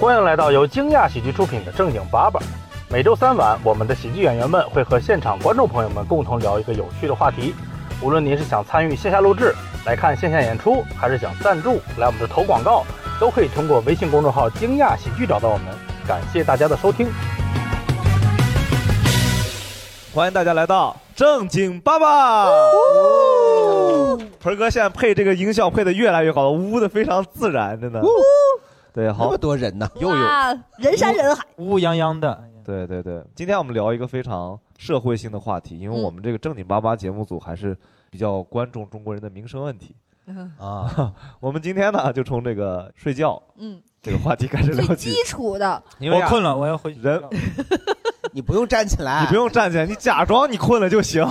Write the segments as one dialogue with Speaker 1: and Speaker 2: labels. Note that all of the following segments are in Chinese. Speaker 1: 欢迎来到由惊讶喜剧出品的《正经八百》，每周三晚，我们的喜剧演员们会和现场观众朋友们共同聊一个有趣的话题。无论您是想参与线下录制、来看线下演出，还是想赞助来我们这投广告，都可以通过微信公众号“惊讶喜剧”找到我们。感谢大家的收听。
Speaker 2: 欢迎大家来到正经爸爸。盆儿哥现在配这个音效配的越来越高了，呜的非常自然，真的。对，好，
Speaker 3: 那么
Speaker 2: 多人呢，又有
Speaker 4: 哇，啊人山人海。
Speaker 2: 乌泱泱的。对对对，今天我们聊一个非常社会性的话题，
Speaker 4: 嗯
Speaker 2: 因为我们这个正经八八节目组还是比较关注中国人的民生问题啊。 我们今天呢，就从这个睡觉
Speaker 4: 嗯，
Speaker 2: 这个话题 开始聊
Speaker 4: 最
Speaker 2: 起
Speaker 4: 基，础的，
Speaker 2: 因为啊
Speaker 5: 我困了，我要回
Speaker 2: 人，
Speaker 3: 你不用站起来，
Speaker 2: 你不用站起来，你假装你困了就行。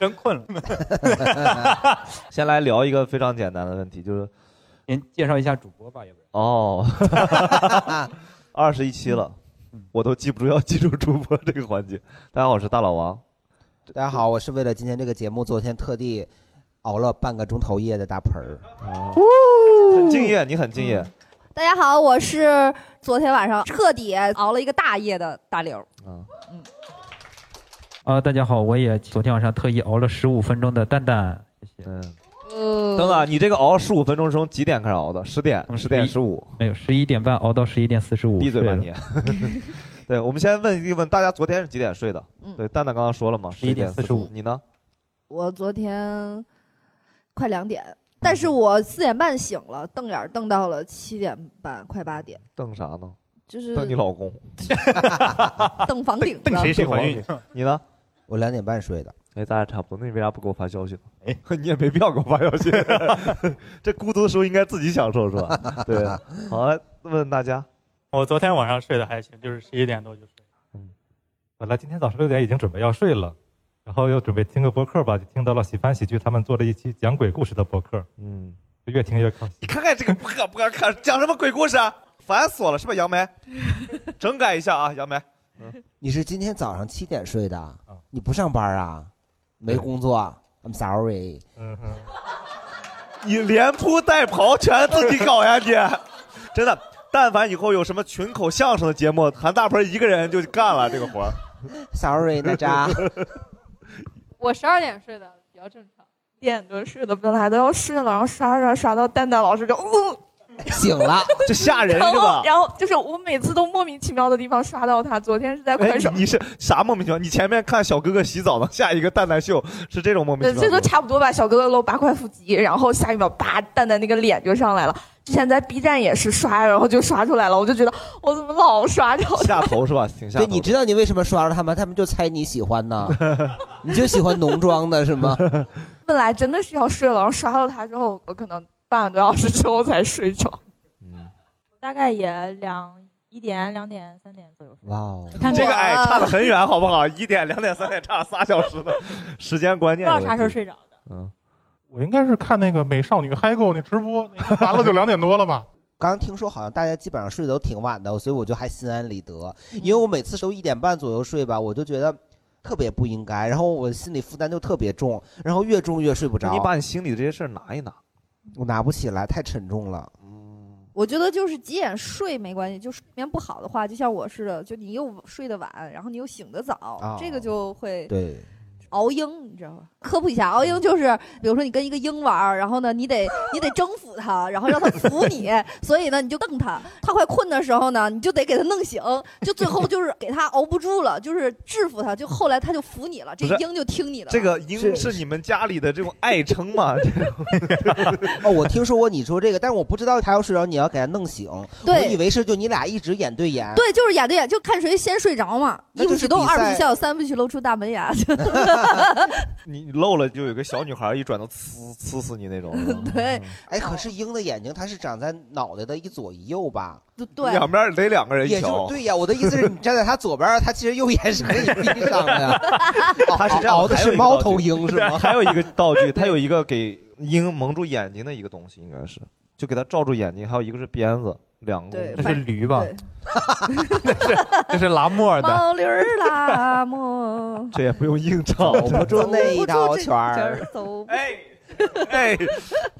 Speaker 5: 真困了。
Speaker 2: 先来聊一个非常简单的问题，就是
Speaker 5: 您介绍一下主播吧，要不然
Speaker 2: 哦， 二十一期了，
Speaker 5: 嗯
Speaker 2: 我都记不住要记住主播这个环节。大家好，我是大老王。
Speaker 3: 大家好，我是为了今天这个节目，昨天特地熬了半个钟头夜的大盆儿。
Speaker 2: 哦
Speaker 3: 嗯
Speaker 2: 很敬业，你很敬业。
Speaker 4: 大家好，我是昨天晚上彻底熬了一个大夜的大刘。
Speaker 5: 啊，大家好，我也昨天晚上特意熬了十五分钟的蛋蛋，
Speaker 2: 嗯，
Speaker 4: 呃
Speaker 2: 等啊等，你这个熬十五分钟是从几点开始熬的？十点，
Speaker 5: 嗯
Speaker 2: 十点十
Speaker 5: 十
Speaker 2: 五。
Speaker 5: 没有十一点半熬到十一点四十五，
Speaker 2: 闭嘴吧你。 对，我们先问一问大家，昨天是几点睡的？
Speaker 4: 嗯
Speaker 2: 对，蛋蛋刚刚说了嘛，
Speaker 5: 11点
Speaker 2: 45你呢？
Speaker 4: 我昨天快两点，但是我四点半醒了，瞪眼儿瞪到了七点半，快 八点，
Speaker 2: 瞪啥呢？
Speaker 4: 就是
Speaker 2: 瞪你老公。
Speaker 4: 啊瞪房顶子。
Speaker 5: 谁
Speaker 2: 怀 孕？你呢？
Speaker 3: 我两点半睡的，
Speaker 2: 哎，咱俩差不多。那你为啥不给我发消息呢？哎，你也没必要给我发消 息。这孤独的时候应该自己享受是吧？对。 好，来问大家，
Speaker 6: 我昨天晚上睡得还行，就是十一点多就睡。
Speaker 7: 本来今天早上六点已经准备要睡了，然后又准备听个播客吧，就听到了喜番喜剧他们做了一期讲鬼故事的播客，
Speaker 2: 嗯，
Speaker 7: 就越听越靠
Speaker 2: 你看看这个不敢不敢看，讲什么鬼故事啊？烦死我了，是吧，杨 梅？整改一下啊，杨梅。
Speaker 3: 你是今天早上七点睡的
Speaker 7: 嗯，
Speaker 3: 你不上班啊？没工作？I'm 啊 sorry。
Speaker 7: 嗯嗯，
Speaker 2: 你连铺带刨全自己搞呀你！真的，但凡以后有什么群口相声的节目，韩大鹏一个人就干了这个活儿。
Speaker 3: Sorry，娜 扎，
Speaker 8: 我十二点睡的，比较正常。点多睡的，本来都要睡了，然后刷刷刷到蛋蛋老师就呜，
Speaker 3: 醒了，
Speaker 2: 这吓人
Speaker 8: 然
Speaker 2: 是吧
Speaker 8: 后？然后就是我每次都莫名其妙的地方刷到他。昨天是在
Speaker 2: 哎
Speaker 8: 快手，，
Speaker 2: 你你是啥莫名其妙？你前面看小哥哥洗澡呢，下一个蛋蛋秀是这种莫名
Speaker 8: 对，
Speaker 2: 其
Speaker 8: 这
Speaker 2: 妙
Speaker 8: 都
Speaker 2: 的。
Speaker 8: 差不多吧。小哥哥露八块腹肌，然后下一秒叭，蛋蛋那个脸就上来了。之前在 B 站也是刷，然后就刷出来了，我就觉得我怎么老刷着？
Speaker 2: 下头是吧？挺下头
Speaker 3: 对，
Speaker 2: 的。
Speaker 3: 你知道你为什么刷了他们？他们就猜你喜欢 呢，你就喜欢浓妆的是吗？
Speaker 8: 本来真的是要睡了，然后刷到他之后，我可能半个多小时之后才睡着。
Speaker 2: 嗯
Speaker 9: 大概也两一点、两点、三点左右。
Speaker 3: 哇哦，
Speaker 2: 这个哎，差得很远，好不好？一点、两点、三点，差了仨小时的时间观
Speaker 9: 不
Speaker 2: 念
Speaker 9: 知
Speaker 2: 的
Speaker 9: 道
Speaker 2: 问题。
Speaker 9: 啥时候睡着的。
Speaker 2: 嗯，
Speaker 10: 我应该是看那个美少女嗨购那直播，那个完了就两点多了吧？
Speaker 3: 刚刚听说好像大家基本上睡得都挺晚的，所以我就还心安理得，
Speaker 4: 嗯
Speaker 3: 因为我每次都一点半左右睡吧，我就觉得特别不应该，然后我心里负担就特别重，然后越重越睡不
Speaker 2: 那
Speaker 3: 着
Speaker 2: 你，把你心里的这些事儿拿一嗯拿。
Speaker 3: 我拿不起来，太沉重了。
Speaker 4: 我觉得就是几点睡没关系，就睡眠不好的话，就像我似的，就你又睡得晚，然后你又醒得早，
Speaker 3: 啊
Speaker 4: 这个就会
Speaker 3: 对，嗯
Speaker 4: 熬鹰，你知道吗？科普一下，熬鹰就是，比如说你跟一个鹰玩儿，然后呢，你得你得征服它，然后让它服你，所以呢，你就瞪它，它快困的时候呢，你就得给它弄醒，就最后就是给它熬不住了，就是制服它，就后来它就服你了，这
Speaker 2: 不是
Speaker 4: 鹰就听你的了。
Speaker 2: 这个鹰
Speaker 3: 是
Speaker 2: 是你们家里的这种爱称吗？
Speaker 3: 哦，我听说过你说这个，但是我不知道他要睡着，你要给他弄醒，我以
Speaker 4: 对
Speaker 3: 为是就你俩一直眼对眼，
Speaker 4: 对，就是眼对眼，就看谁先睡着嘛。
Speaker 3: 那
Speaker 4: 一
Speaker 3: 就
Speaker 4: 不
Speaker 3: 是
Speaker 4: 许动，
Speaker 3: 比
Speaker 4: 二不
Speaker 3: 赛
Speaker 4: 许笑，三不许露出大门牙。就
Speaker 2: 你漏了就有个小女孩一转头呲呲死你那种。 是吧
Speaker 4: 对
Speaker 3: 哎，可是鹰的眼睛它是长在脑袋的一左一右吧？
Speaker 4: 就对，
Speaker 2: 两边得两个人
Speaker 3: 也就
Speaker 2: 瞧。
Speaker 3: 对呀，我的意思是你站在它左边儿，它其实右眼是可以闭上的呀。
Speaker 2: 它是这样
Speaker 3: 熬的
Speaker 2: 还
Speaker 3: 是
Speaker 2: 有一个
Speaker 3: 猫
Speaker 2: 道具
Speaker 3: 头鹰是吗？
Speaker 2: 还有一个道具，它有一个给鹰蒙住眼睛的一个东西，应该是就给它罩住眼睛，还有一个是鞭子，两个
Speaker 4: 对
Speaker 5: 这是驴吧？
Speaker 4: 对，
Speaker 5: 这是拉莫的，
Speaker 4: 毛驴儿 拉磨
Speaker 2: ，这也不用硬唱。
Speaker 3: 走不住那一
Speaker 4: 走不
Speaker 3: 道
Speaker 4: 出这
Speaker 3: 圈
Speaker 4: 圈
Speaker 3: 儿。
Speaker 4: 儿，走不
Speaker 2: 哎，哎，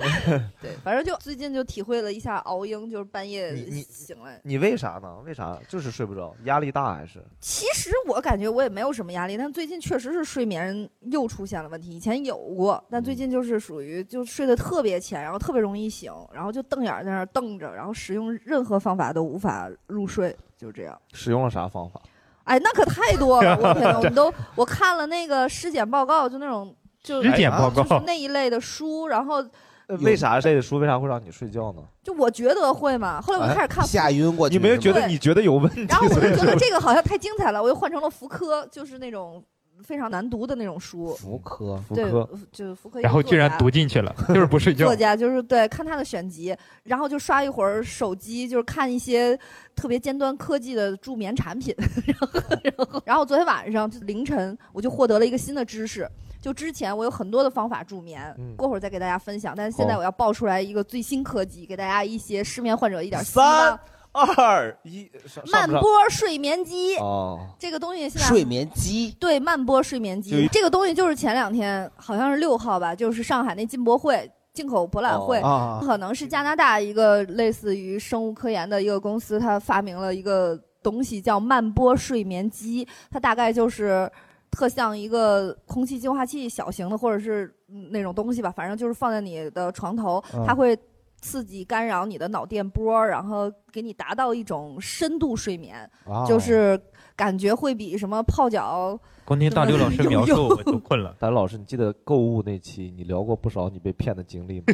Speaker 4: 对，反正就最近就体会了一下熬鹰，就是半夜
Speaker 2: 你
Speaker 4: 醒来。
Speaker 2: 你为啥呢？为啥就是睡不着？压力大还是？
Speaker 4: 其实我感觉我也没有什么压力，但最近确实是睡眠又出现了问题。以前有过，但
Speaker 2: 嗯
Speaker 4: 最近就是属于就睡得特别浅，然后特别容易醒，然后就瞪眼儿在那儿瞪着，然后使用任何方法都无法入睡，就这样。
Speaker 2: 使用了啥方法？
Speaker 4: 哎，那可太多了，我天呐，我们都我看了那个尸检报告，就那种就
Speaker 2: 尸检报告
Speaker 4: 就是那一类的书，然后
Speaker 2: 哎呃为啥这个书为啥会让你睡觉呢？
Speaker 4: 就我觉得会嘛，后来我就开始看
Speaker 2: 哎
Speaker 3: 吓晕过
Speaker 2: 你没有觉得
Speaker 4: 对
Speaker 2: 你觉得有问题？
Speaker 4: 然后我
Speaker 2: 所以
Speaker 4: 就觉得
Speaker 2: 就
Speaker 4: 这个好像太精彩了，我又换成了福柯，就是那种非常难读的那种书。
Speaker 3: 福柯，
Speaker 2: 福
Speaker 4: 对
Speaker 2: 柯，
Speaker 4: 就福柯一个作家。
Speaker 6: 然后居然读进去 了，就是不睡觉
Speaker 4: 作。家就是对看他的选集，然后就刷一会儿手机，就是看一些特别尖端科技的助眠产品。然后，然后，然后昨天晚上就凌晨，我就获得了一个新的知识。就之前我有很多的方法助眠，
Speaker 2: 嗯
Speaker 4: 过会儿再给大家分享。但是现在
Speaker 2: 好
Speaker 4: 我要爆出来一个最新科技，给大家一些失眠患者一点希
Speaker 2: 三
Speaker 4: 望。
Speaker 2: 二一，上上
Speaker 4: 慢
Speaker 2: 不上
Speaker 4: 波睡眠机。
Speaker 2: 哦，
Speaker 4: 这个东西现在
Speaker 3: 睡眠机，
Speaker 4: 对，慢波睡眠
Speaker 3: 就一
Speaker 4: 机这个东西就是前两天好像是六号吧，就是上海那进博会。进口博览会、
Speaker 3: 哦啊
Speaker 4: 可能是加拿大一个类似于生物科研的一个公司，它发明了一个东西叫慢波睡眠机，它大概就是特像一个空气净化器小型的，或者是嗯那种东西吧，反正就是放在你的床头，
Speaker 11: 嗯
Speaker 4: 它会刺激干扰你的脑电波，然后给你达到一种深度睡眠，
Speaker 2: 哦
Speaker 4: 就是感觉会比什么泡脚。
Speaker 2: 光听
Speaker 4: 大刘老师描述我
Speaker 2: 就困 了。大刘老师，你记得购物那期你聊过不少你被骗的经 历吗？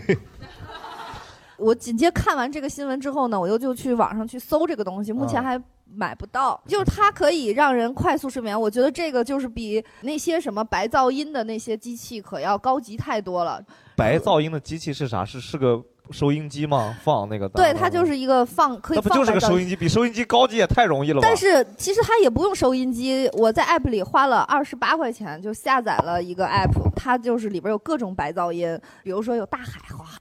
Speaker 4: 我紧接看完这个新闻之后呢，我又就去网上去搜这个东西，目前
Speaker 2: 啊
Speaker 4: 还买不到。
Speaker 2: 嗯
Speaker 4: 就是它可以让人快速睡眠，我觉得这个就是比那些什么白噪音的那些机器可要高级太多了。
Speaker 2: 白噪音的机器是啥？是是个收音机吗？放那个？
Speaker 4: 对，它就是一个放可以
Speaker 2: 那
Speaker 4: 放
Speaker 2: 不就是
Speaker 4: 白
Speaker 2: 个
Speaker 4: 噪
Speaker 2: 收
Speaker 4: 音
Speaker 2: 音机？比收音机高级也太容易了吧？
Speaker 4: 但是其实它也不用收音机，我在 app 里花了二十八块钱就下载了一个 app，它就是里边有各种白噪音，比如说有大海哗啦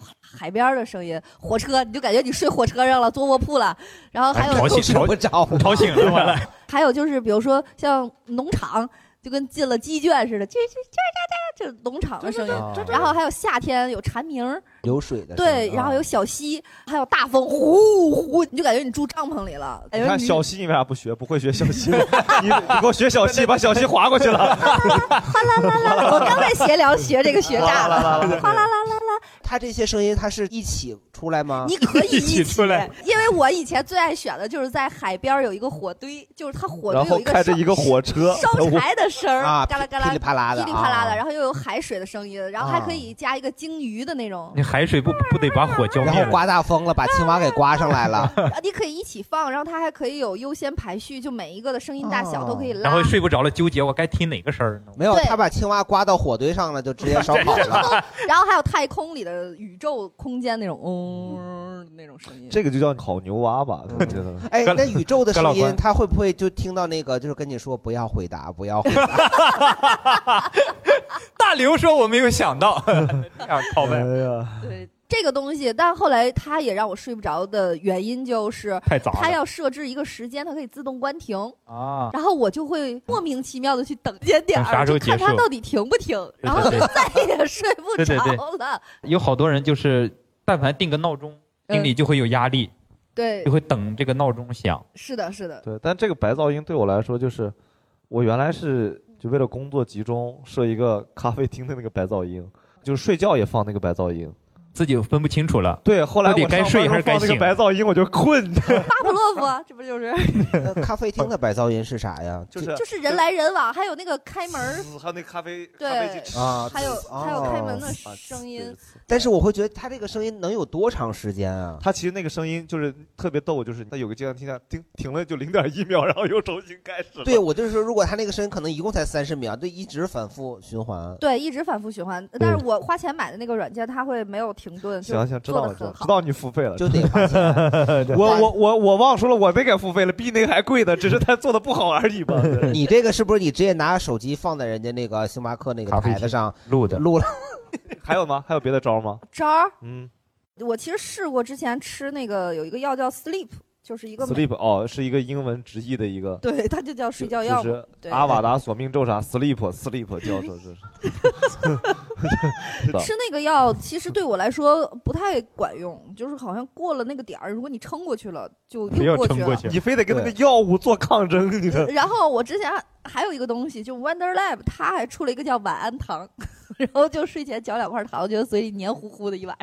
Speaker 4: 哗啦海边的声音，火车你就感觉你睡火车上了，坐卧铺了，然后还有
Speaker 3: 都睡不着，吵
Speaker 6: 醒了我了。
Speaker 4: 还有就是比如说像农场，就跟进了鸡圈似的，这这这这这这农场的声音
Speaker 3: 这这这，这
Speaker 4: 然后还有夏天有蝉鸣儿。
Speaker 3: 流水的声音，
Speaker 2: 啊
Speaker 4: 对，然后有小溪，还有大风，呼呼，你就感觉你住帐篷里了。哎
Speaker 2: 你
Speaker 4: 呦
Speaker 2: 看
Speaker 4: 你
Speaker 2: 小溪，你为啥不学？不会学小溪？ 你你给我学小溪，把小溪划过去了。
Speaker 4: 我刚在闲聊学这个学渣了，哗啦啦啦啦，
Speaker 3: 它这些声音它是一起出来吗？
Speaker 4: 你可以一
Speaker 3: 起
Speaker 4: 出来， 因为我以前最爱选的就是在海边儿有一个火堆，就是它火堆
Speaker 2: 然
Speaker 4: 有
Speaker 2: 后
Speaker 4: 一个
Speaker 2: 开着一个
Speaker 4: 烧
Speaker 2: 火车，
Speaker 4: 烧柴的声儿，
Speaker 2: 啊
Speaker 4: 嘎啦嘎啦，
Speaker 2: 噼里啪啦的
Speaker 4: 噼里啪啦
Speaker 2: 啊
Speaker 4: 的，然后又有海水的声音，然后还
Speaker 3: 啊
Speaker 4: 可以加一个鲸鱼的那种，
Speaker 5: 你海水不不得把火浇灭
Speaker 3: 然后
Speaker 5: 了？
Speaker 3: 刮大风了，把青蛙给刮上来了。
Speaker 4: 啊你可以一起放，然后它还可以有优先排序，就每一个的声音大小都可
Speaker 6: 哦
Speaker 4: 以拉
Speaker 5: 然。后睡不着了，纠结我该听哪个声儿呢？
Speaker 3: 没有，
Speaker 4: 对
Speaker 3: 他把青蛙刮到火堆上了，就直接烧烤了。
Speaker 4: 然后还有太空里的宇宙空间那种嗡那种声音，
Speaker 2: 这个就叫烤牛蛙吧？我觉 得。
Speaker 3: 哎，那宇宙的声
Speaker 2: 干老
Speaker 3: 音
Speaker 2: 官，
Speaker 3: 他会不会就听到那个，就是跟你说不要回答，不要回答？
Speaker 6: 大刘说我没有想到，这样拷
Speaker 2: 哎
Speaker 4: 哎
Speaker 6: 问
Speaker 4: 对这个东西，但后来它也让我睡不着的原因就是
Speaker 6: 太杂了
Speaker 4: 它要设置一个时间，它可以自动关停。
Speaker 6: 啊
Speaker 4: 然后我就会莫名其妙的去等间点
Speaker 5: 等啥
Speaker 4: 儿，
Speaker 5: 时候
Speaker 4: 就
Speaker 5: 结束
Speaker 4: 看它到底停不停，然后我就
Speaker 5: 对
Speaker 4: 再也睡不
Speaker 5: 对
Speaker 4: 着
Speaker 5: 对对
Speaker 4: 了。
Speaker 5: 有好多人就是，但凡定个闹钟，
Speaker 4: 嗯
Speaker 5: 心里就会有压力，
Speaker 4: 对
Speaker 5: 就会等这个闹钟响。
Speaker 4: 是的，是的，
Speaker 2: 对，但这个白噪音对我来说，就是我原来是就为了工作集中设一个咖啡厅的那个白噪音，就是睡觉也放那个白噪音，
Speaker 5: 自己分不清楚了。
Speaker 2: 对，后来
Speaker 5: 到底
Speaker 2: 我
Speaker 5: 该
Speaker 2: 上
Speaker 5: 睡
Speaker 2: 班
Speaker 5: 还是
Speaker 2: 时候
Speaker 5: 该
Speaker 2: 放那
Speaker 5: 醒
Speaker 2: 个白噪音我就困。
Speaker 4: 巴甫洛夫啊这不就是
Speaker 3: 那咖啡厅的白噪音是啥呀？
Speaker 2: 就是
Speaker 4: 就是人来人往，还有那个开门儿，
Speaker 2: 嗯还有那咖啡
Speaker 4: 对，
Speaker 3: 啊
Speaker 4: 还有
Speaker 3: 哦
Speaker 4: 还有开门的声音，
Speaker 3: 但是我会觉得他这个声音能有多长时间啊？
Speaker 2: 它其实那个声音就是特别逗，就是它有个阶段听见停停了就零点一秒，然后又重新开始了。
Speaker 3: 对，我就是说，如果他那个声音可能一共才三十秒，就一直反复循环。
Speaker 4: 对，一直反复循环。但是我花钱买的那个软件，它会没有停顿，就
Speaker 2: 行行，知道
Speaker 4: 做
Speaker 2: 了，
Speaker 4: 的
Speaker 2: 知道
Speaker 4: 很
Speaker 2: 了知
Speaker 4: 好。
Speaker 2: 道你付费了，
Speaker 3: 就得花
Speaker 2: 钱我我我我忘说了，我那个付费了，比那个还贵的，只是它做的不好而已嘛。对
Speaker 3: 你这个是不是你直接拿手机放在人家那个星巴克那个台子上
Speaker 2: 录的
Speaker 3: 录了？
Speaker 2: 还有吗？还有别的招吗？
Speaker 4: 招儿，
Speaker 2: 嗯，
Speaker 4: 我其实试过，之前吃那个有一个药叫 Sleep，就是一个美
Speaker 2: sleep 哦，是一个英文直译的一个，
Speaker 4: 对，它就叫睡觉
Speaker 2: 就
Speaker 4: 药
Speaker 2: 是
Speaker 4: 嘛。对，
Speaker 2: 阿瓦达索命咒啥 sleep sleep 叫说是，是的
Speaker 4: 吃那个药其实对我来说不太管用，就是好像过了那个点儿，如果你撑过去了，就又过去了。
Speaker 2: 你非得跟那个药物做抗争，你 这
Speaker 4: 然后我之前还有一个东西，就 Wonder Lab，它还出了一个叫晚安糖， 然后就睡前嚼两块糖，觉得嘴里黏糊糊的一晚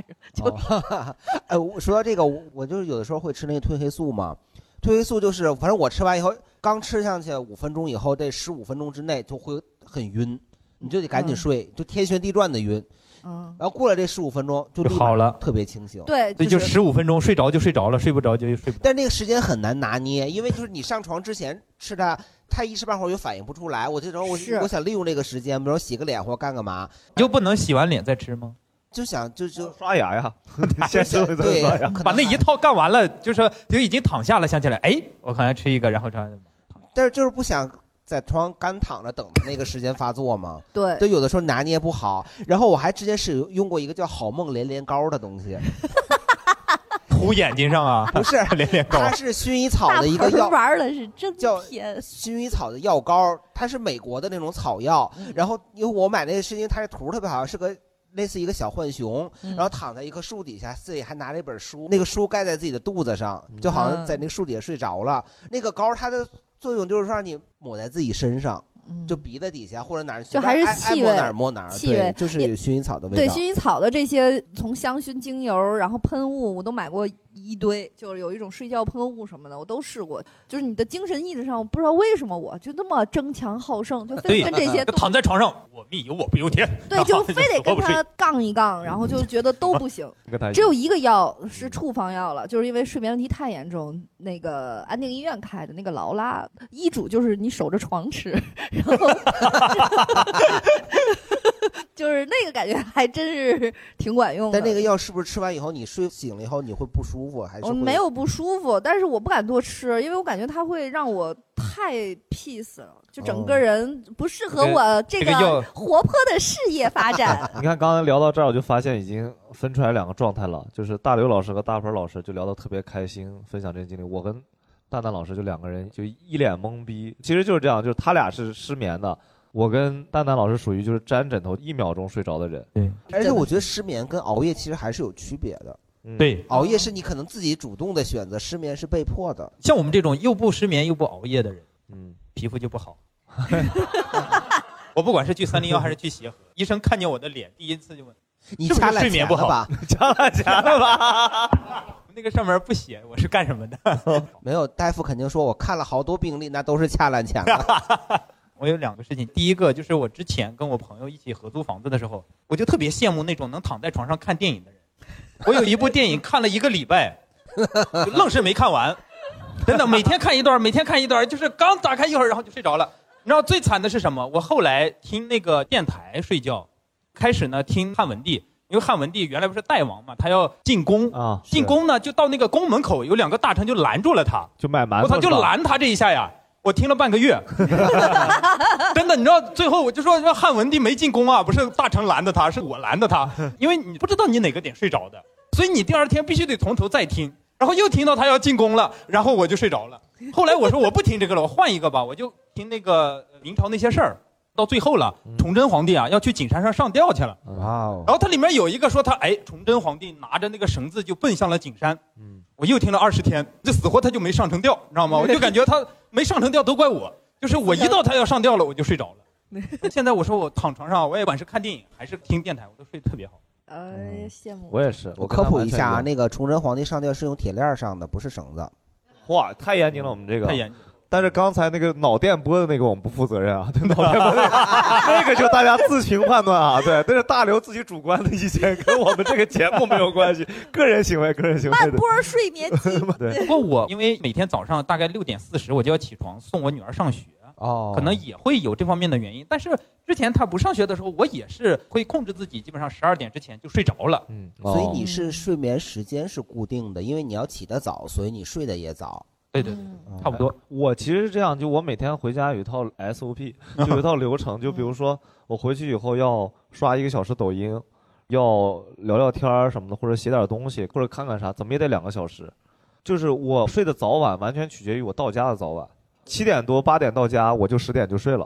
Speaker 4: 上。
Speaker 3: 哦哎，我说到这个，我我就是有的时候会吃那个褪黑素嘛。褪黑素就是，反正我吃完以后，刚吃上去五分钟以后，这十五分钟之内就会很晕，你就得赶紧睡，就天旋地转的晕。
Speaker 4: 嗯，
Speaker 3: 然后过了这十五分钟就立马
Speaker 5: 就好了
Speaker 3: 特别清醒。
Speaker 4: 对
Speaker 5: 这就十五分钟，睡着就睡着了，睡不着就睡不。
Speaker 3: 但那个时间很难拿捏，因为就是你上床之前吃它，它一时半会儿又反应不出来。我这种我
Speaker 5: 是
Speaker 3: 我想利用这个时间，比如洗个脸或干干嘛，
Speaker 5: 你就不能洗完脸再吃吗？
Speaker 3: 就想就就
Speaker 2: 刷 牙呀，先吃了再
Speaker 3: 对
Speaker 2: 刷牙。
Speaker 5: 把那一套干完了，就是就已经躺下了，想起来，哎，我刚才吃一个，然后这样
Speaker 3: 但是就是不想在床上干躺着等那个时间发作嘛。
Speaker 4: 对
Speaker 3: 就有的时候拿捏不好。然后我还之前是用过一个叫“好梦连连膏”的东 西，
Speaker 5: 涂眼睛上啊，
Speaker 3: 不 是
Speaker 5: 连连膏
Speaker 3: 它，是薰衣草的一个
Speaker 4: 大
Speaker 3: 药
Speaker 4: 盆，玩的是真
Speaker 3: 叫
Speaker 4: 甜。
Speaker 3: 薰衣草的药膏，它是美国的那种草药。
Speaker 4: 嗯
Speaker 3: 然后因为我买那个是因为它这图特别好，是个。类似一个小浣熊，
Speaker 4: 嗯
Speaker 3: 然后躺在一棵树底下，自己还拿了一本书，那个书盖在自己的肚子上，就好
Speaker 4: 嗯
Speaker 3: 像在那个树底下睡着了。那个膏它的作用就是让你抹在自己身上， 就鼻子底下或者哪儿，
Speaker 4: 嗯就还是
Speaker 3: 爱爱
Speaker 4: 气
Speaker 3: 摸
Speaker 4: 味
Speaker 3: 哪儿摸哪儿，
Speaker 4: 气
Speaker 3: 对
Speaker 4: 味
Speaker 3: 就是
Speaker 4: 也
Speaker 3: 有薰衣草的味道。
Speaker 4: 对薰衣草的这些，从香薰精油，然后喷雾，我都买过一堆。就是有一种睡觉喷雾什么的，我都试过。就是你的精神意志上，我不知道为什么我就那么争强好胜，就非
Speaker 5: 对，
Speaker 4: 得跟这些
Speaker 5: 就
Speaker 4: 东
Speaker 5: 躺在床上，我命由我不由天。
Speaker 4: 对，就非得跟
Speaker 5: 他
Speaker 4: 他杠一杠，然
Speaker 2: 嗯
Speaker 4: 后就觉得都 不行
Speaker 5: 跟他一。样
Speaker 4: 只有一个药是处方药了，就是因为睡眠问题太严重，那个安定医院开的那个劳拉，医嘱就是你守着床吃，然后 就是那个感觉还真是挺管用的。
Speaker 3: 但那个药是不是吃完以后你睡醒了以后你会不舒服，还是
Speaker 4: 我
Speaker 3: 会
Speaker 4: 没有不舒服，但是我不敢多吃，因为我感觉它会让我太 peace 了，就整个人不适合
Speaker 2: 哦这个
Speaker 4: 我
Speaker 2: 这个药
Speaker 4: 个活泼的事业发 展。
Speaker 2: 你看刚才聊到这儿，我就发现已经分出来两个状态了，就是大刘老师和大鹏老师就聊得特别开心，分享这些经历。我跟蛋蛋老师就两个人就一脸懵逼，其实就是这样，就是他俩是失眠的，我跟蛋蛋老师属于就是沾枕头一秒钟睡着的人。
Speaker 5: 对，
Speaker 3: 而且我觉得失眠跟熬夜其实还是有区别的。
Speaker 5: 对
Speaker 3: 熬夜是你可能自己主动的选择，失眠是被迫的。
Speaker 5: 像我们这种又不失眠又不熬夜的人，
Speaker 2: 嗯，
Speaker 5: 皮肤就不好。 我不管是去三零幺还是去协和，医生看见我的脸第一次就问：“
Speaker 3: 你
Speaker 5: 是不
Speaker 3: 掐
Speaker 5: 是
Speaker 3: 了
Speaker 5: 睡眠不
Speaker 3: 钱了
Speaker 5: 好
Speaker 3: 吧？
Speaker 5: 你 掐了钱了吧？”那个上面不写我是干什么的。
Speaker 3: 没有，大夫肯定说我看了好多病例，那都是恰烂钱 了。
Speaker 5: 我有两个事情，第一个就是我之前跟我朋友一起合租房子的时候，我就特别羡慕那种能躺在床上看电影的人。我有一部电影看了一个礼拜，就愣是没看完，真的每天看一段，每天看一段，就是刚打开一会儿，然后就睡着了。你知道最惨的是什么？我后来听那个电台睡觉，开始呢听汉文帝，因为汉文帝原来不是代王嘛，他要进宫
Speaker 2: 啊，
Speaker 5: 进宫呢就到那个宫门口，有两个大臣就拦住了他，
Speaker 2: 就卖馒
Speaker 5: 我
Speaker 2: 头
Speaker 5: 操，
Speaker 2: 是
Speaker 5: 就
Speaker 2: 吧，
Speaker 5: 拦他这一下呀！我听了半个 月，真的，你知道最后我就说，汉文帝没进宫啊，不是大臣拦的他，是我拦的他，因为你不知道你哪个点睡着的，所以你第二天必须得从头再听，然后又听到他要进宫了，然后我就睡着了。 后来我说我不听这个了，我换一个吧，我就听那个呃明朝那些事儿。到最后了，
Speaker 2: 嗯
Speaker 5: 崇祯皇帝啊要去景山上上吊去了，
Speaker 2: 哇哦！
Speaker 5: 然后它里面有一个说他哎，崇祯皇帝拿着那个绳子就奔向了景山。嗯，我又听了二十天，这死活他就没上成 吊，你知道吗？我就感觉他没上成吊都怪我，就是我一到他要上吊了，我就睡着了。 现在我说我躺床上，我也不管是看电影还是听电台，我都睡得特别好。
Speaker 4: 呃，羡慕。
Speaker 2: 我也是，
Speaker 3: 我
Speaker 2: 跟
Speaker 3: 科
Speaker 2: 他
Speaker 3: 普
Speaker 2: 完
Speaker 3: 一
Speaker 2: 全
Speaker 3: 下啊，
Speaker 2: 样
Speaker 3: 那个崇祯皇帝上吊是用铁链上的，不是绳子。
Speaker 2: 哇，太严谨了，我们这个
Speaker 5: 太严谨。
Speaker 2: 但是刚才那个脑电波的那个我们不负责任啊，对脑电波那个那个就大家自行判断啊，对，那是大刘自己主观的意见，跟我们这个节目没有关系，个人行为，个人行为
Speaker 4: 慢
Speaker 2: 的。
Speaker 4: 波睡眠机，
Speaker 2: 对
Speaker 5: 不过我因为每天早上大概六点四十我就要起床送我女儿上学，
Speaker 2: 哦
Speaker 5: 可能也会有这方面的原因。但是之前她不上学的时候，我也是会控制自己，基本上十二点之前就睡着了。
Speaker 2: 嗯，
Speaker 3: 所以你是睡眠时间是固定的，因为你要起得早，所以你睡得也早。
Speaker 5: 对对
Speaker 3: 对
Speaker 5: 差不多。
Speaker 2: 哦哎我其实是这样，就我每天回家有一套 SOP，就 有一套流程。就比如说，我回去以后要刷一个小时抖音，要聊聊天儿什么的，或者写点东西，或者看看啥，怎么也得两个小时。就是我睡的早晚完全取决于我到家的早晚。七点多八点到家，我就十点就睡了。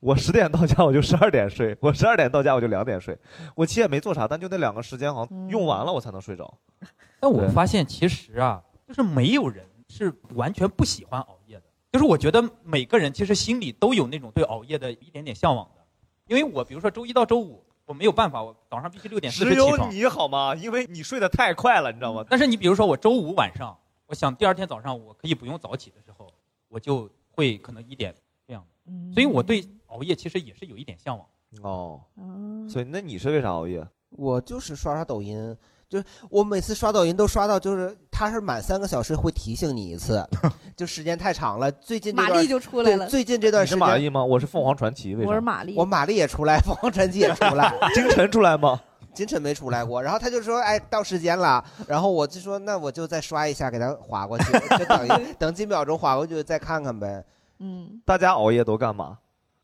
Speaker 2: 我十点到家，我就十二点睡；我十二点到家，我就两点睡。我其实也没做啥，但就那两个时间好像用完了，我才能睡着。
Speaker 5: 嗯但我发现其实啊，就是没有人是完全不喜欢熬夜的。就是我觉得每个人其实心里都有那种对熬夜的一点点向往的。因为我比如说周一到周五我没有办法，我早上必须六点四
Speaker 2: 只
Speaker 5: 十起
Speaker 2: 有
Speaker 5: 床。嗯
Speaker 2: 你好吗？因为你睡得太快了，你知道吗？
Speaker 5: 但是你比如说我周五晚上，我想第二天早上我可以不用早起的时候，我就会可能一点这样的。所以我对熬夜其实也是有一点向往。
Speaker 2: 哦，所以那你是为啥熬夜？
Speaker 3: 我就是刷刷抖音，就是我每次刷抖音都刷到，就是它是满三个小时会提醒你一 次，就时间太长了。最近这
Speaker 4: 玛
Speaker 3: 段
Speaker 4: 丽就出来了
Speaker 3: 对最近这段
Speaker 2: 你
Speaker 3: 时
Speaker 2: 是
Speaker 3: 间
Speaker 2: 马丽吗？我是凤凰传奇，为啥？
Speaker 4: 我是玛丽
Speaker 3: 我玛丽也出来，凤凰传奇也出来，
Speaker 2: 金晨出来 吗？
Speaker 3: 金晨没出来过。然后他就说：“哎，到时间了。”然后我就说：“那我就再刷一下，给他划过去，就等 一等几秒钟划过去再看看呗。”
Speaker 4: 嗯，
Speaker 2: 大家熬夜都干嘛？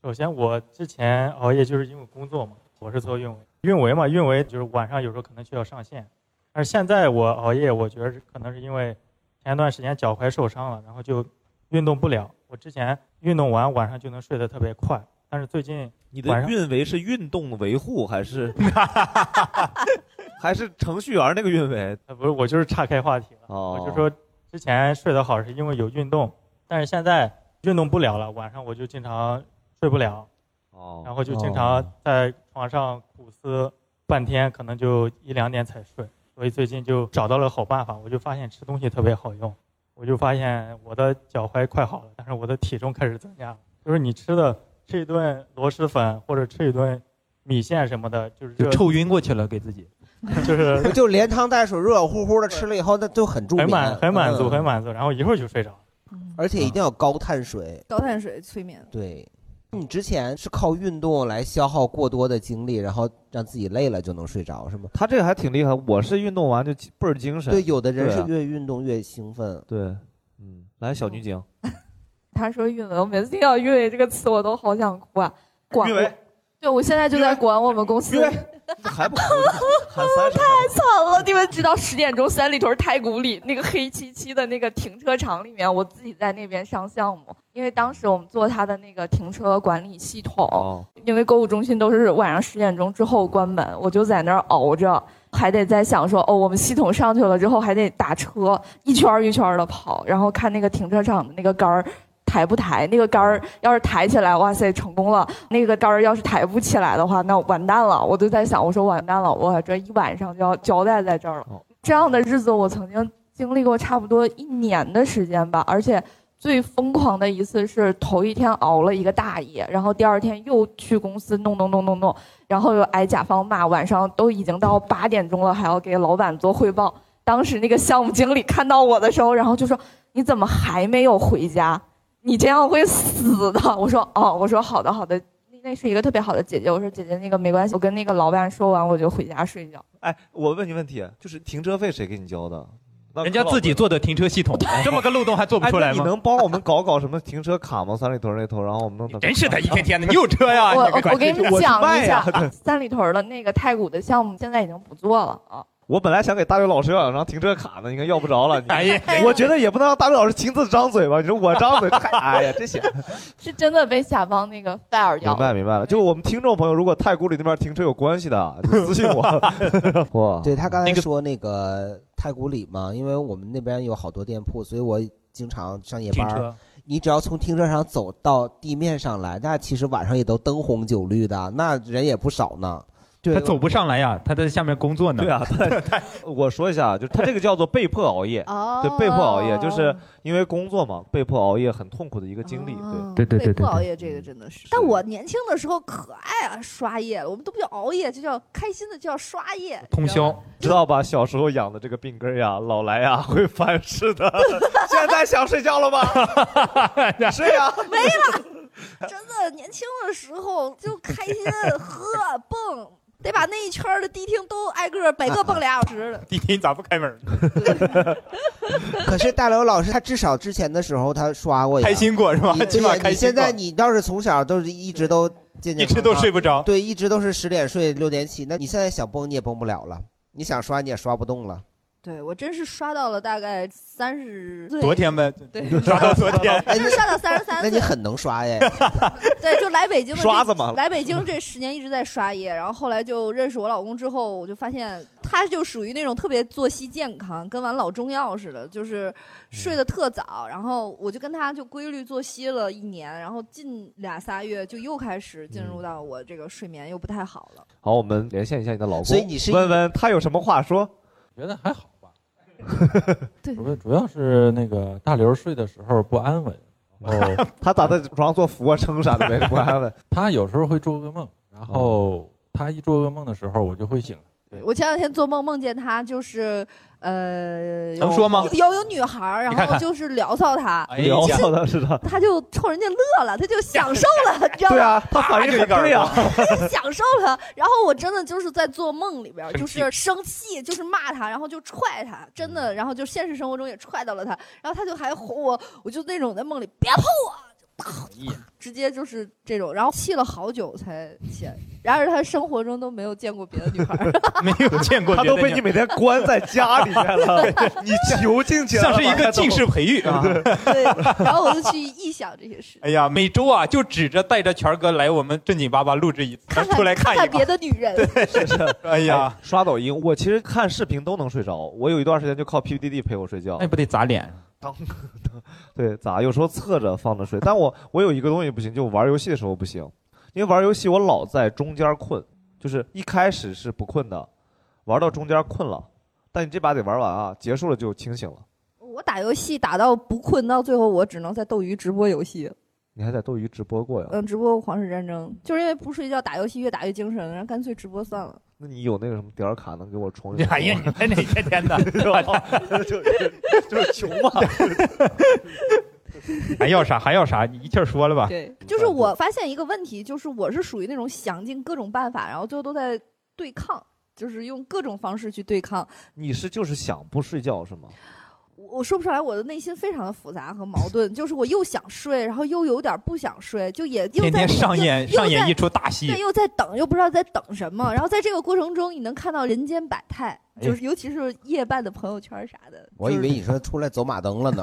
Speaker 6: 首先，我之前熬夜就是因为工作嘛，我是做运维，运维嘛，运维就是晚上有时候可能需要上线，但是现在我熬夜，我觉得是可能是因为前一段时间脚踝受伤了，然后就运动不了。我之前运动完晚上就能睡得特别快，但是最近
Speaker 2: 你
Speaker 6: 晚
Speaker 2: 的
Speaker 6: 上
Speaker 2: 运维是运动维护还 是还是程序员那个运维？
Speaker 5: 呃
Speaker 6: 不是，我就是岔开话题了。
Speaker 2: 哦，
Speaker 6: 我就说之前睡得好是因为有运动，但是现在运动不了了，晚上我就经常睡不了，
Speaker 2: 哦
Speaker 6: 然后就经常在床上苦思半天，可能就一两点才睡。所以最近就找到了好办法，我就发现吃东西特别好用，我就发现我的脚踝快好了，但是我的体重开始增加了。就是你吃的吃一顿螺蛳粉或者吃一顿米线什么的，就是
Speaker 5: 就
Speaker 6: 热
Speaker 5: 臭晕过去了，给自己。
Speaker 6: 就是
Speaker 3: 就连汤带水，热乎乎的吃了以后，那就很助眠，
Speaker 6: 很满很满足
Speaker 3: 嗯
Speaker 6: 很满足，然后一会儿就睡着了。
Speaker 3: 而且一定要高碳水。
Speaker 4: 高碳水催眠。
Speaker 3: 对，你之前是靠运动来消耗过多的精力，然后让自己累了就能睡着，是吗？
Speaker 2: 他这个还挺厉害，我是运动完就倍儿精神。
Speaker 3: 对，有的人
Speaker 2: 对
Speaker 3: 是
Speaker 2: 啊
Speaker 3: 越运动越兴奋。
Speaker 2: 对，嗯，来小女警，
Speaker 8: 他说运维，我每次听到运维这个词，我都好想哭啊！管
Speaker 2: 运
Speaker 8: 我
Speaker 2: 维，
Speaker 8: 对我现在就在管我们公司。
Speaker 2: 还不
Speaker 8: 太惨了！你们知道十点钟三里屯太古里那个黑漆漆的那个停车场里面，我自己在那边上项 目，因为当时我们做他的那个停车管理系统，因为购物中心都是晚上十点钟之后关门，我就在那儿熬着，还得在想说哦，我们系统上去了之后还得打车一圈儿一圈的跑，然后看那个停车场的那个杆儿。抬不抬那个杆儿，要是抬起来，哇塞，成功了；那个杆儿要是抬不起来的话，那完蛋了。我就在想，我说完蛋了，我这一晚上就要交代在这儿了。这样的日子我曾经经历过差不多一年的时间吧，而且最疯狂的一次是头一天熬了一个大夜，然后第二天又去公司弄弄弄弄弄，然后又挨甲方骂，晚上都已经到八点钟了，还要给老板做汇报。当时那个项目经理看到我的时候，然后就说：“你怎么还没有回家？你这样会死的。”我说：“哦，我说好的好的。”那是一个特别好的姐姐，我说姐姐那个没关系，我跟那个老板说完我就回家睡觉。
Speaker 2: 哎，我问你问题，就是停车费谁给你交的？
Speaker 5: 人家自己做的停 车系统，这么个漏洞还做不出来
Speaker 2: 哎那
Speaker 5: 吗？
Speaker 2: 你能帮我们搞搞什么停车卡吗？三里屯那头，然后我们弄。
Speaker 5: 真是的，一天 天的，你有车呀？
Speaker 8: 我哦
Speaker 5: 你还
Speaker 8: 我我给你
Speaker 2: 我是
Speaker 8: 讲
Speaker 2: 卖
Speaker 8: 一下
Speaker 2: 呀对，
Speaker 8: 三里屯的那个太古的项目现在已经不做了啊。
Speaker 2: 我本来想给大刘老师要两张停车卡呢，你看要不着 了。
Speaker 5: 哎
Speaker 2: 你我觉得也不能让大刘老师亲自张嘴吧？你说我张嘴，太哎呀，这行。
Speaker 8: 是真的被甲方那个 fire 掉
Speaker 2: 明白
Speaker 8: 了。
Speaker 2: 明白了，就是我们听众朋友，如果太古里那边停车有关系的，啊就私信我。 哇，
Speaker 3: 对他刚才说那个太古里嘛，因为我们那边有好多店铺，所以我经常上夜班
Speaker 5: 停
Speaker 3: 儿
Speaker 5: 车。
Speaker 3: 你只要从停车场走到地面上来，那其实晚上也都灯红酒绿的，那人也不少呢。对
Speaker 5: 他走不上来呀，他在下面工作呢。
Speaker 2: 对啊，他我说一下，就是他这个叫做被迫熬夜，
Speaker 4: 哦
Speaker 2: 对，被迫熬夜，就是因为工作嘛，被迫熬夜很痛苦的一个经历，
Speaker 5: 嗯
Speaker 2: 对
Speaker 4: 被迫熬夜这个真的是，但我年轻的时候可爱啊刷夜了，我们都不叫熬夜，就叫开心的就叫刷夜。
Speaker 2: 通宵，知道吧？小时候养的这个病根儿呀，老来呀会反噬的。现在想睡觉 了吗？睡
Speaker 5: 啊
Speaker 2: 呀，
Speaker 4: 没了，真的年轻的时候就开心喝蹦，得把那一圈儿的迪厅都挨个儿 每个蹦俩小时的。
Speaker 5: 地铁你咋不开门？啊
Speaker 3: 可是大刘老师他至少之前的时候他刷过呀，
Speaker 5: 开心过是吧
Speaker 3: 你
Speaker 5: 起码
Speaker 3: 对呀
Speaker 5: 开
Speaker 3: 你
Speaker 5: 心
Speaker 3: 现在
Speaker 5: 过
Speaker 3: 你要是从小都是一直 都健健
Speaker 5: 一直
Speaker 3: 康
Speaker 5: 都
Speaker 3: 康
Speaker 5: 睡不着
Speaker 3: 对，一直都是十点睡六点起，那你现在想崩你也崩不了了，你想刷你也刷不动了。
Speaker 4: 对我真是刷到了大概三十，
Speaker 5: 昨天呗，
Speaker 4: 对，
Speaker 5: 刷到昨 天，
Speaker 4: 真是刷到三十三
Speaker 3: 那
Speaker 4: 岁，
Speaker 3: 你很能刷 耶，
Speaker 4: 对，就来北京的这
Speaker 3: 刷子嘛
Speaker 4: 来北京这十年一直在刷夜，然后后来就认识我老公之后，我就发现他就属于那种特别作息健康，跟玩老中药似的，就是睡得特早，然后我就跟他就规律作息了一年，然后近俩仨月就又开始进入到我这个睡眠又不太好了。
Speaker 2: 好，我们连线一下你的老公，
Speaker 3: 所以你是一
Speaker 2: 问问他有什么话说。
Speaker 11: 觉得还好
Speaker 4: 对，
Speaker 11: 主主要是那个大刘睡的时候不安稳，然后
Speaker 2: 他咋在床上做俯卧撑啥的呗，不安稳。
Speaker 11: 他有时候会做噩梦，然后他一做噩梦的时候，我就会醒来。
Speaker 4: 我前两天做梦梦见他就是。呃，有
Speaker 11: 能说吗
Speaker 4: 有有女孩儿，然
Speaker 11: 你看
Speaker 4: 后
Speaker 11: 看
Speaker 4: 就是聊骚他，
Speaker 2: 聊到的是的，
Speaker 4: 他就冲人家乐了，他就享受了，你知道吗？
Speaker 2: 对啊，他反应很对啊。
Speaker 4: 享受了。然后我真的就是在做梦里边儿，就是生气，就是骂他，然后就踹他，真的，然后就现实生活中也踹到了他，然后他就还吼我，我就那种在梦里别碰我，直接就是这种，然后气了好久才起来。然而他生活中都没有见过别的女孩 儿，
Speaker 5: 没有见过
Speaker 2: 他
Speaker 5: 别的
Speaker 2: 都 被
Speaker 5: 女
Speaker 2: 你每天关在家里面 了，你囚禁起来了，
Speaker 5: 像是一个近视培育 啊。
Speaker 4: 然后我就去臆想这些事，
Speaker 5: 哎呀，每周啊就指着带着权哥来我们正经八八录制一次，咱出来
Speaker 4: 看
Speaker 5: 一
Speaker 4: 看
Speaker 5: 看。
Speaker 4: 别的女人。
Speaker 2: 是是，
Speaker 5: 哎呀，
Speaker 2: 刷抖音，我其实看视频都能睡着。我有一段时间就靠 PPTD 陪我睡觉。
Speaker 5: 那不得砸脸？
Speaker 2: 当，对，砸。有时候侧着放着睡，但我我有一个东西不行，就玩游戏的时候不行，因为玩游戏我老在中间困，就是一开始是不困的，玩到中间困了，但你这把得玩完啊，结束了就清醒了。
Speaker 4: 我打游戏打到不困，到最后我只能在斗鱼直播游戏。
Speaker 2: 你还在斗鱼直播过呀？
Speaker 4: 嗯，直播《皇室战争》，就是因为不睡觉打游戏越打越精神，然后干脆直播算了。
Speaker 2: 那你有那个什么点儿卡能给我 充？
Speaker 5: 哎呀，你看你天 天的，
Speaker 2: 就就是穷嘛。
Speaker 5: 还要啥？还要啥？你一气儿说了吧。 嗯
Speaker 4: 对，就是我发现一个问题，就是我是属于那种想尽各种办法，然后最后都在对抗，就是用各种方式去对抗。
Speaker 2: 你是就是想不睡觉是吗？
Speaker 4: 我我说不出来，我的内心非常的复杂和矛盾，就是我又想睡，然后又有点不想睡，就也又在
Speaker 5: 天天上演
Speaker 4: 又又在
Speaker 5: 上演一出大戏
Speaker 4: 对，，又在等，又不知道在等什么。然后在这个过程中，你能看到人间百态，
Speaker 3: 哎
Speaker 4: 就是尤其是夜半的朋友圈啥的。
Speaker 3: 我以为你说出来走马灯了呢。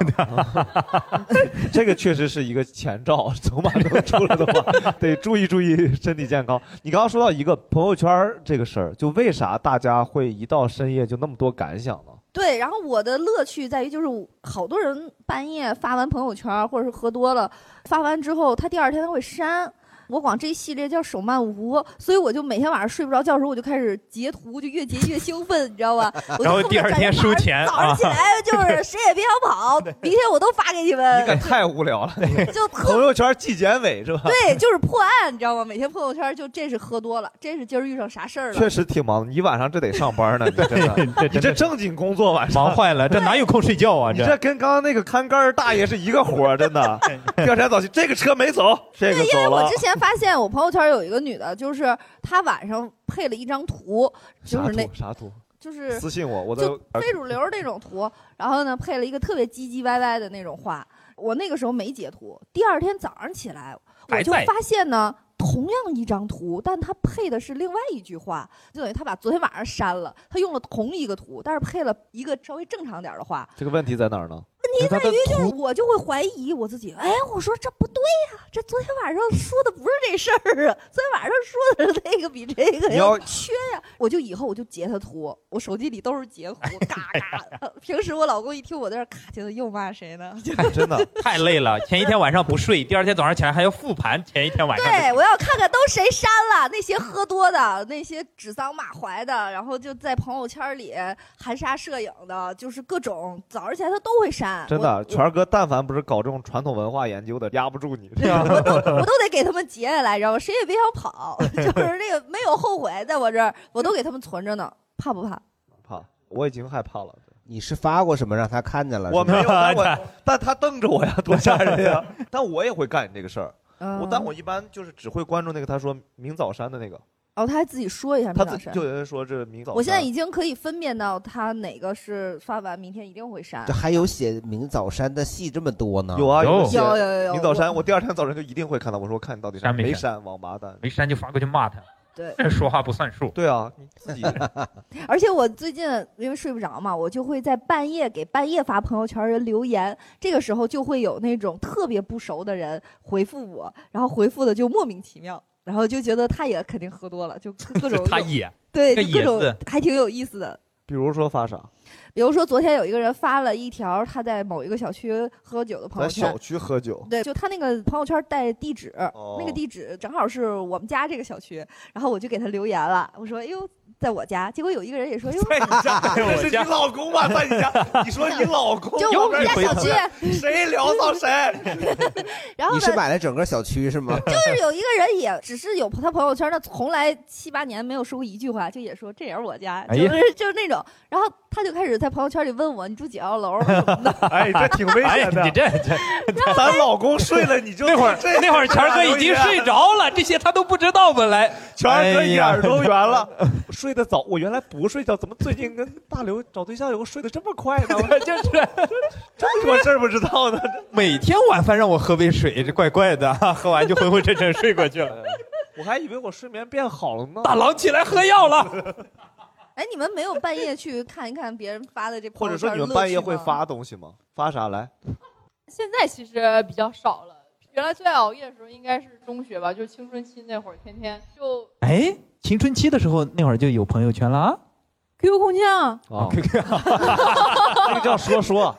Speaker 2: 这个确实是 一个前兆， 走马灯出来的话，得注意注意身体健康。你刚刚说到一个朋友圈儿这个事儿，就为啥大家会一到深夜就那么多感想呢？
Speaker 4: 对，然后我的乐趣在于，就是我好多人半夜发完朋友圈儿，或者是喝多了，发完之后他第二天他会删。我管这一系列叫手慢无，所以我就每天晚上睡不着觉的时候，我就开始截图，就越截越兴奋，你知道吧？我就
Speaker 5: 然后
Speaker 4: 恨不得
Speaker 5: 第二
Speaker 4: 赶
Speaker 5: 天
Speaker 4: 紧
Speaker 5: 输
Speaker 4: 晚上
Speaker 5: 钱
Speaker 4: 早上
Speaker 5: 啊
Speaker 4: 起来就是谁也别想跑，明天我都发给你们。
Speaker 2: 你可太无聊了，
Speaker 4: 就
Speaker 2: 朋友圈纪检委是吧？
Speaker 4: 对，就是破案，你知道吗？每天朋友圈就这是喝多了，这是今儿遇上啥事儿了。
Speaker 2: 确实挺忙，你晚上这得上 班呢，你真的，你这正经工作晚上
Speaker 5: 忙坏了，这哪有空睡觉 啊？
Speaker 2: 你这跟刚刚那个看杆儿大爷是一个活儿，真的。第二天早起，这个车没走，这个
Speaker 4: 对，因为
Speaker 2: 走
Speaker 4: 我
Speaker 2: 了
Speaker 4: 之。前发现我朋友圈有一个女的，就是她晚上配了一张图，就
Speaker 2: 啥
Speaker 4: 是那
Speaker 2: 图？啥图？
Speaker 4: 就是
Speaker 2: 私信我，呃我
Speaker 4: 就
Speaker 2: 的
Speaker 4: 非主流那种图，然后呢配了一个特别唧唧歪歪的那种话。我那个时候没截图，第二天早上起来我
Speaker 5: 还
Speaker 4: 就
Speaker 5: 在
Speaker 4: 发现呢，同样一张图，但它配的是另外一句话，就等于他把昨天晚上删了，他用了同一个图，但是配了一个稍微正常点儿的话。
Speaker 2: 这个问题在哪儿呢？
Speaker 4: 问题在于就是我就会怀疑我自己，哎，我说这不对呀、这昨天晚上说的不是这事儿啊，昨天晚上说的是那个比这个
Speaker 2: 你要
Speaker 4: 缺呀、我就以后我就截他图，我手机里都是截图， 嘎嘎的。平时我老公一听我在这儿卡叽的，又骂谁呢？ 就
Speaker 2: 哎真的
Speaker 5: 太累了，前一天晚上不睡，第二天早上起来还要复盘前一天晚
Speaker 2: 哎
Speaker 5: 上的。
Speaker 4: 对，我要看看都谁删了，那些喝多的，那些指桑骂槐的，然后就在朋友圈里含沙射影的，就是各种早上起来他都会删，
Speaker 2: 真
Speaker 4: 我
Speaker 2: 的，权儿哥，但凡不是搞这种传统文化研究的，压不住 你。
Speaker 4: 我都得给他们截下来，然后谁也别想跑，就是那个没有后悔，在我这儿我都给他们存着呢，怕不怕？
Speaker 2: 怕，我已经害 怕了。
Speaker 3: 你是发过什么让他看见了？
Speaker 2: 我
Speaker 3: 是吗
Speaker 2: 没有，但我但他瞪着我呀，多吓人 呀！但我也会干你这个事儿，
Speaker 4: 嗯
Speaker 2: 我但我一般就是只会关注那个他说明早山的那个，
Speaker 4: 哦，他还自己说一下
Speaker 2: 他
Speaker 4: 明
Speaker 2: 自
Speaker 4: 老
Speaker 2: 己
Speaker 4: 师，
Speaker 2: 就有人说这明早山。
Speaker 4: 我现在已经可以分辨到他哪个是发完明天一定会删
Speaker 3: 这。 还有写明早山的戏这么多呢？
Speaker 2: 有啊
Speaker 5: 有
Speaker 2: 一些
Speaker 4: 有有有有
Speaker 2: 明早山，
Speaker 4: 哎我
Speaker 2: 我第二天早上就一定会看到，我说我看你到底
Speaker 5: 删没
Speaker 2: 没
Speaker 5: 删
Speaker 2: 删，王八蛋。
Speaker 5: 没删就发过去骂他，
Speaker 4: 对，
Speaker 12: 说话不算数。
Speaker 2: 对啊，你自己
Speaker 4: 而且我最近因为睡不着嘛，我就会在半夜给半夜发朋友圈人留言，这个时候就会有那种特别不熟的人回复我，然后回复的就莫名其妙，然后就觉得他也肯定喝多了，就 各种
Speaker 2: 他也
Speaker 4: 对
Speaker 2: 这
Speaker 4: 就各
Speaker 2: 也
Speaker 4: 种
Speaker 2: 字
Speaker 4: 还挺有意思的。
Speaker 2: 比如说发啥？
Speaker 4: 比如说昨天有一个人发了一条他在某一个小区喝酒的朋
Speaker 2: 在
Speaker 4: 友圈
Speaker 2: 小，区喝
Speaker 3: 哦
Speaker 2: 酒，
Speaker 4: 对，就他那个朋友圈带地址，那个地址正好是我们家这个小区，然后我就给他留言了，我说：“哎呦，在我家。”结果有一个人也说：“哎呦，
Speaker 2: 这是你老公吧？在你家， 你说你老公
Speaker 4: 就我们家小区
Speaker 2: 谁聊骚谁？
Speaker 4: 然后
Speaker 3: 你
Speaker 4: 呢，
Speaker 3: 是买了整个小区是吗？
Speaker 4: 就是有一个人也只是有他朋友圈，他从来七八年没有说过一句话，就也说这也是我家，
Speaker 3: 哎
Speaker 4: 就是、
Speaker 3: 呀
Speaker 4: 就是那种，然后他就开始在朋友圈里问我你住几号楼 什么的，
Speaker 2: 哎，这挺危险的。你
Speaker 12: 这这，
Speaker 2: 咱老公睡了，你就
Speaker 12: 那会儿
Speaker 2: 这
Speaker 12: 那会儿强哥已经睡着了，这些他都不知道。本来
Speaker 2: 全哥一 耳朵圆
Speaker 12: 哎呀
Speaker 2: 了，睡得早。我原来不睡觉，怎么最近跟大刘找对象以后睡得这么快呢？我
Speaker 12: 就是
Speaker 2: 这么多事儿不知道呢。
Speaker 5: 每天晚饭让我喝杯水，这怪怪的， 喝完就昏昏沉沉睡过去 了。
Speaker 2: 我还以为我睡眠变好了呢。
Speaker 5: 大郎起来喝药了。
Speaker 4: 哎，你们没有半夜去看一看别人发的这
Speaker 2: 或
Speaker 4: 朋
Speaker 2: 者
Speaker 4: 友圈
Speaker 2: 说你们
Speaker 4: 乐
Speaker 2: 半
Speaker 4: 趣
Speaker 2: 夜会
Speaker 4: 吗
Speaker 2: 发东西吗？发啥来？
Speaker 13: 现在其实比较少了。原来最爱熬夜的时候应该是中学吧，就是青春期那会儿，天天就
Speaker 5: 哎，青春期的时候那会儿就有朋友圈了啊。
Speaker 13: QQ 空间啊，
Speaker 2: 哦
Speaker 5: ，QQ，
Speaker 2: 那个叫说 说，
Speaker 5: 啊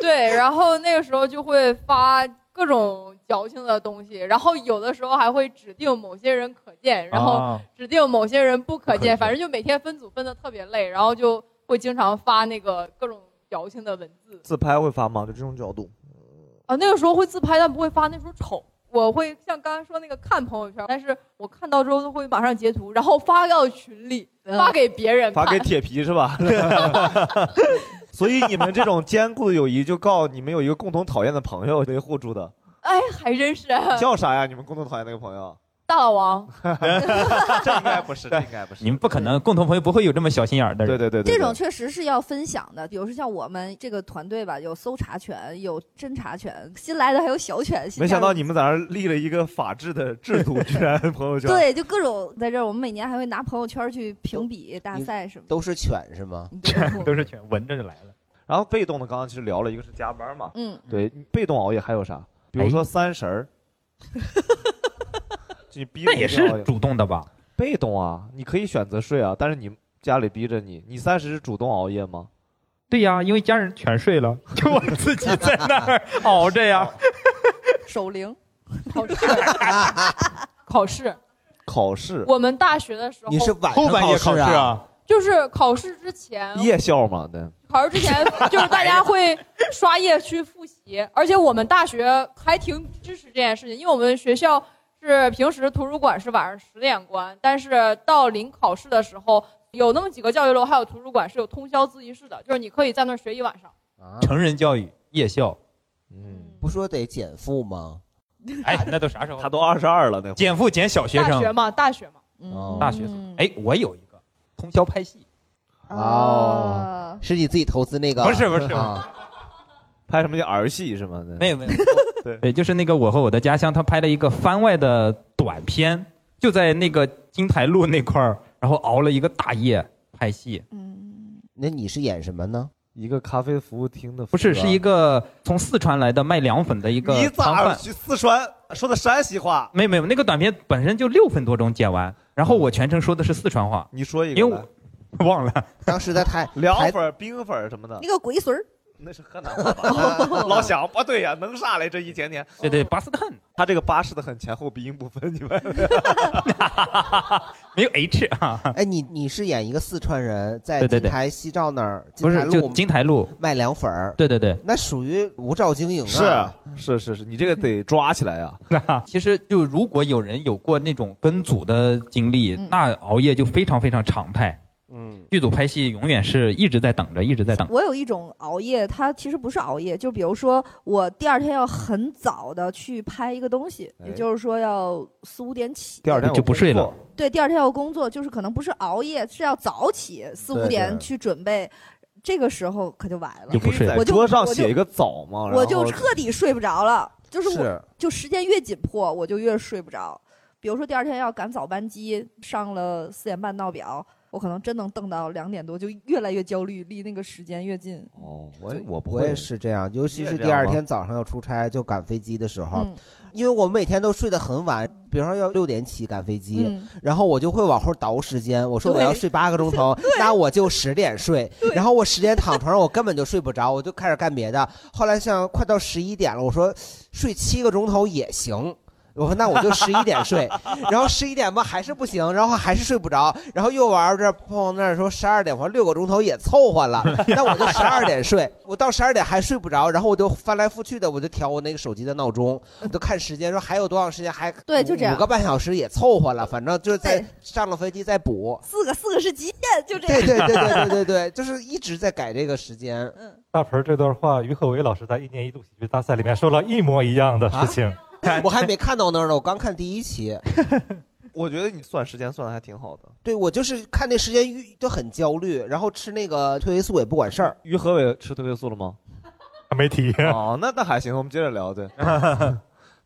Speaker 13: 对，然后那个时候就会发各种矫情的东西，然后有的时候还会指定某些人可见，然后
Speaker 12: 啊
Speaker 13: 指定某些人不
Speaker 12: 不
Speaker 13: 可
Speaker 12: 可见
Speaker 13: 见，反正就每天分组分的特别累，然后就会经常发那个各种矫情的文字。
Speaker 2: 自拍会发吗？就这种角度，
Speaker 13: 啊，那个时候会自拍，但不会发，那时候丑。我会像刚才说那个看朋友圈，但是我看到之后都会马上截图，然后发到群里，发给别人 看。
Speaker 2: 发给铁皮是 吧？ 所以你们这种坚固的友谊，就告你们有一个共同讨厌的朋友维护住 的，
Speaker 13: 哎，还真是
Speaker 2: 叫啥呀？你们共同讨厌那个朋友？
Speaker 13: 大老王。
Speaker 2: 这应该不是，这应该不是。
Speaker 5: 你们不可能共同朋友不会有这么小心眼儿的人。
Speaker 2: 对对
Speaker 4: 这种确实是要分享的，比如说像我们这个团队吧，有搜查权，有侦查权，新来的还有小犬。新
Speaker 2: 没想到
Speaker 4: 加入
Speaker 2: 你们在那儿立了一个法治的制 度，居然朋友圈。
Speaker 4: 对，就各种在这儿，我们每年还会拿朋友圈去评比大赛什么的。
Speaker 2: 都是犬是吗？
Speaker 4: 犬
Speaker 2: 都是犬，闻着就来了。然后被动的，刚刚其实聊了一个是加班嘛，
Speaker 4: 嗯
Speaker 2: 对，被动熬夜还有啥？比如说三十 儿，你逼
Speaker 12: 那也是主
Speaker 2: 动的吧？ 被动啊，你可以选择睡啊，但是你家里逼着你，你三十是主动熬夜吗？
Speaker 12: 对呀，因为家人全睡 了， 就我自己在那儿熬着呀。
Speaker 13: 守灵，考试， 考试。
Speaker 2: 考试，
Speaker 13: 我们大学的时候，
Speaker 2: 试啊？
Speaker 13: 就是考试之前，
Speaker 2: 夜校嘛，对。
Speaker 13: 考试之前就是大家会刷夜去复习，而且我们大学还挺支持这件事情，因为我们学校是平时图书馆是晚上十点关，但是到临考试的时候，有那么几个教学楼还有图书馆是有通宵自习室的，就是你可以在那儿学一晚上。
Speaker 5: 成人教育夜校，
Speaker 3: 啊
Speaker 13: 嗯
Speaker 3: 不说得减负吗？
Speaker 5: 哎，那都啥时候？他
Speaker 2: 都二十二了，那
Speaker 5: 减负减小学
Speaker 13: 大
Speaker 5: 生
Speaker 13: 学，嗯嘛，大学嘛，
Speaker 5: 大学生。哎，我有一个通宵拍戏，
Speaker 3: 哦，是你自己投资那个？
Speaker 5: 不是不是
Speaker 3: 啊
Speaker 2: 拍什么叫儿戏是吗？没
Speaker 5: 有没有，对 对，就是那个我和我的家乡，他拍了一个番外的短片，就在那个金台路那块儿，然后熬了一个大夜拍戏。
Speaker 13: 嗯
Speaker 3: 那你是演什么呢？
Speaker 2: 一个咖啡服务厅的，
Speaker 5: 不是，是一个 从四川来的卖凉粉的一个
Speaker 2: 你
Speaker 5: 摊
Speaker 2: 咋
Speaker 5: 贩。
Speaker 2: 去四川说的山西话？
Speaker 5: 没有没有，那个短片本身就六分多钟剪完，然后我全程说的是四川话。
Speaker 2: 你说一
Speaker 5: 个，因为我忘了。
Speaker 3: 当时在 台
Speaker 2: 凉粉儿、冰粉儿什么的
Speaker 4: 你。个鬼孙儿！
Speaker 2: 那是河南话 吧？ 老想不对呀，能啥来这一天天？
Speaker 5: 对对，巴斯的很，
Speaker 2: 他这个巴适的很，前后鼻音不分，你们
Speaker 5: 没有 H 啊？
Speaker 3: 哎，你你是演一个四川人，在
Speaker 5: 对对
Speaker 3: 金
Speaker 5: 对
Speaker 3: 台西照那儿，
Speaker 5: 不
Speaker 3: 金
Speaker 5: 是
Speaker 3: 台
Speaker 5: 就
Speaker 3: 路
Speaker 5: 金台路
Speaker 3: 卖凉粉儿，
Speaker 5: 对对对，
Speaker 3: 那属于无照经营啊。
Speaker 2: 是是是是，你这个得抓起来啊 呀、
Speaker 5: 其实就如果有人有过那种跟组的经历，那熬夜就非常非常常态。
Speaker 2: 嗯，
Speaker 5: 剧组拍戏永远是一直在等着，一直在等着。
Speaker 4: 我有一种熬夜，它其实不是熬夜，就比如说我第二天要很早的去拍一个东西，
Speaker 5: 哎
Speaker 4: 也就是说要四五点起。
Speaker 5: 第二天就不睡了。
Speaker 4: 对，第二天要工作，就是可能不是熬夜，是要早起四五
Speaker 2: 对
Speaker 4: 点
Speaker 2: 对
Speaker 4: 去准备，这个时候可就晚了，
Speaker 2: 你不是
Speaker 4: 我
Speaker 2: 在
Speaker 4: 就
Speaker 2: 桌上
Speaker 4: 我就
Speaker 2: 写一个早吗？然后
Speaker 4: 我就彻底睡不着了，就是我
Speaker 2: 是
Speaker 4: 就时间越紧迫，我就越睡不着。比如说第二天要赶早班机，上了四点半闹表，我可能真能瞪到两点多，就越来越焦虑，离那个时间越近。
Speaker 2: 哦，我我不
Speaker 3: 我
Speaker 2: 会，
Speaker 3: 也是这样，尤其
Speaker 2: 你也
Speaker 3: 是
Speaker 2: 这
Speaker 3: 第
Speaker 2: 样
Speaker 3: 二
Speaker 2: 吗
Speaker 3: 天早上要出差，就赶飞机的时候，
Speaker 4: 嗯
Speaker 3: 因为我每天都睡得很晚，比如说要六点起赶飞机，
Speaker 4: 嗯
Speaker 3: 然后我就会往后倒时间。我说我要睡八个钟 头，那我就十点睡，然后我十点躺床上，我根本就睡不着，我就开始干别的。后来像快到十一点了，我说睡七个钟头也行。我说那我就十一点 睡，然后十一点吧还是不行，然后还是睡不着，然后又玩儿这儿碰那儿说十二点，我说六个钟头也凑合 了，那我就十二点睡，我到十二点还睡不着，然后我就翻来覆去的，我就调我那个手机的闹钟，我就看时间说还有多长时间，还
Speaker 4: 对就这样
Speaker 3: 五个半小时也凑合了，反正就是在上了飞机再补。
Speaker 4: 四个四个是极限，就这样。
Speaker 3: 对对对对对对对，就是一直在改这个时间。
Speaker 4: 嗯
Speaker 7: 大盆儿这段话，于和伟老师在一年一度喜剧大赛里面说了一模一样的事情。
Speaker 2: 啊
Speaker 3: 我还没看到那儿呢，我刚看第一期。
Speaker 2: 我觉得你算时间算的还挺好的。
Speaker 3: 对我就是看那时间就很焦虑，然后吃那个褪黑素也不管事儿。
Speaker 2: 于和伟吃褪黑素了吗？
Speaker 7: 没提。
Speaker 2: 哦，那那还行，我们接着聊。 对，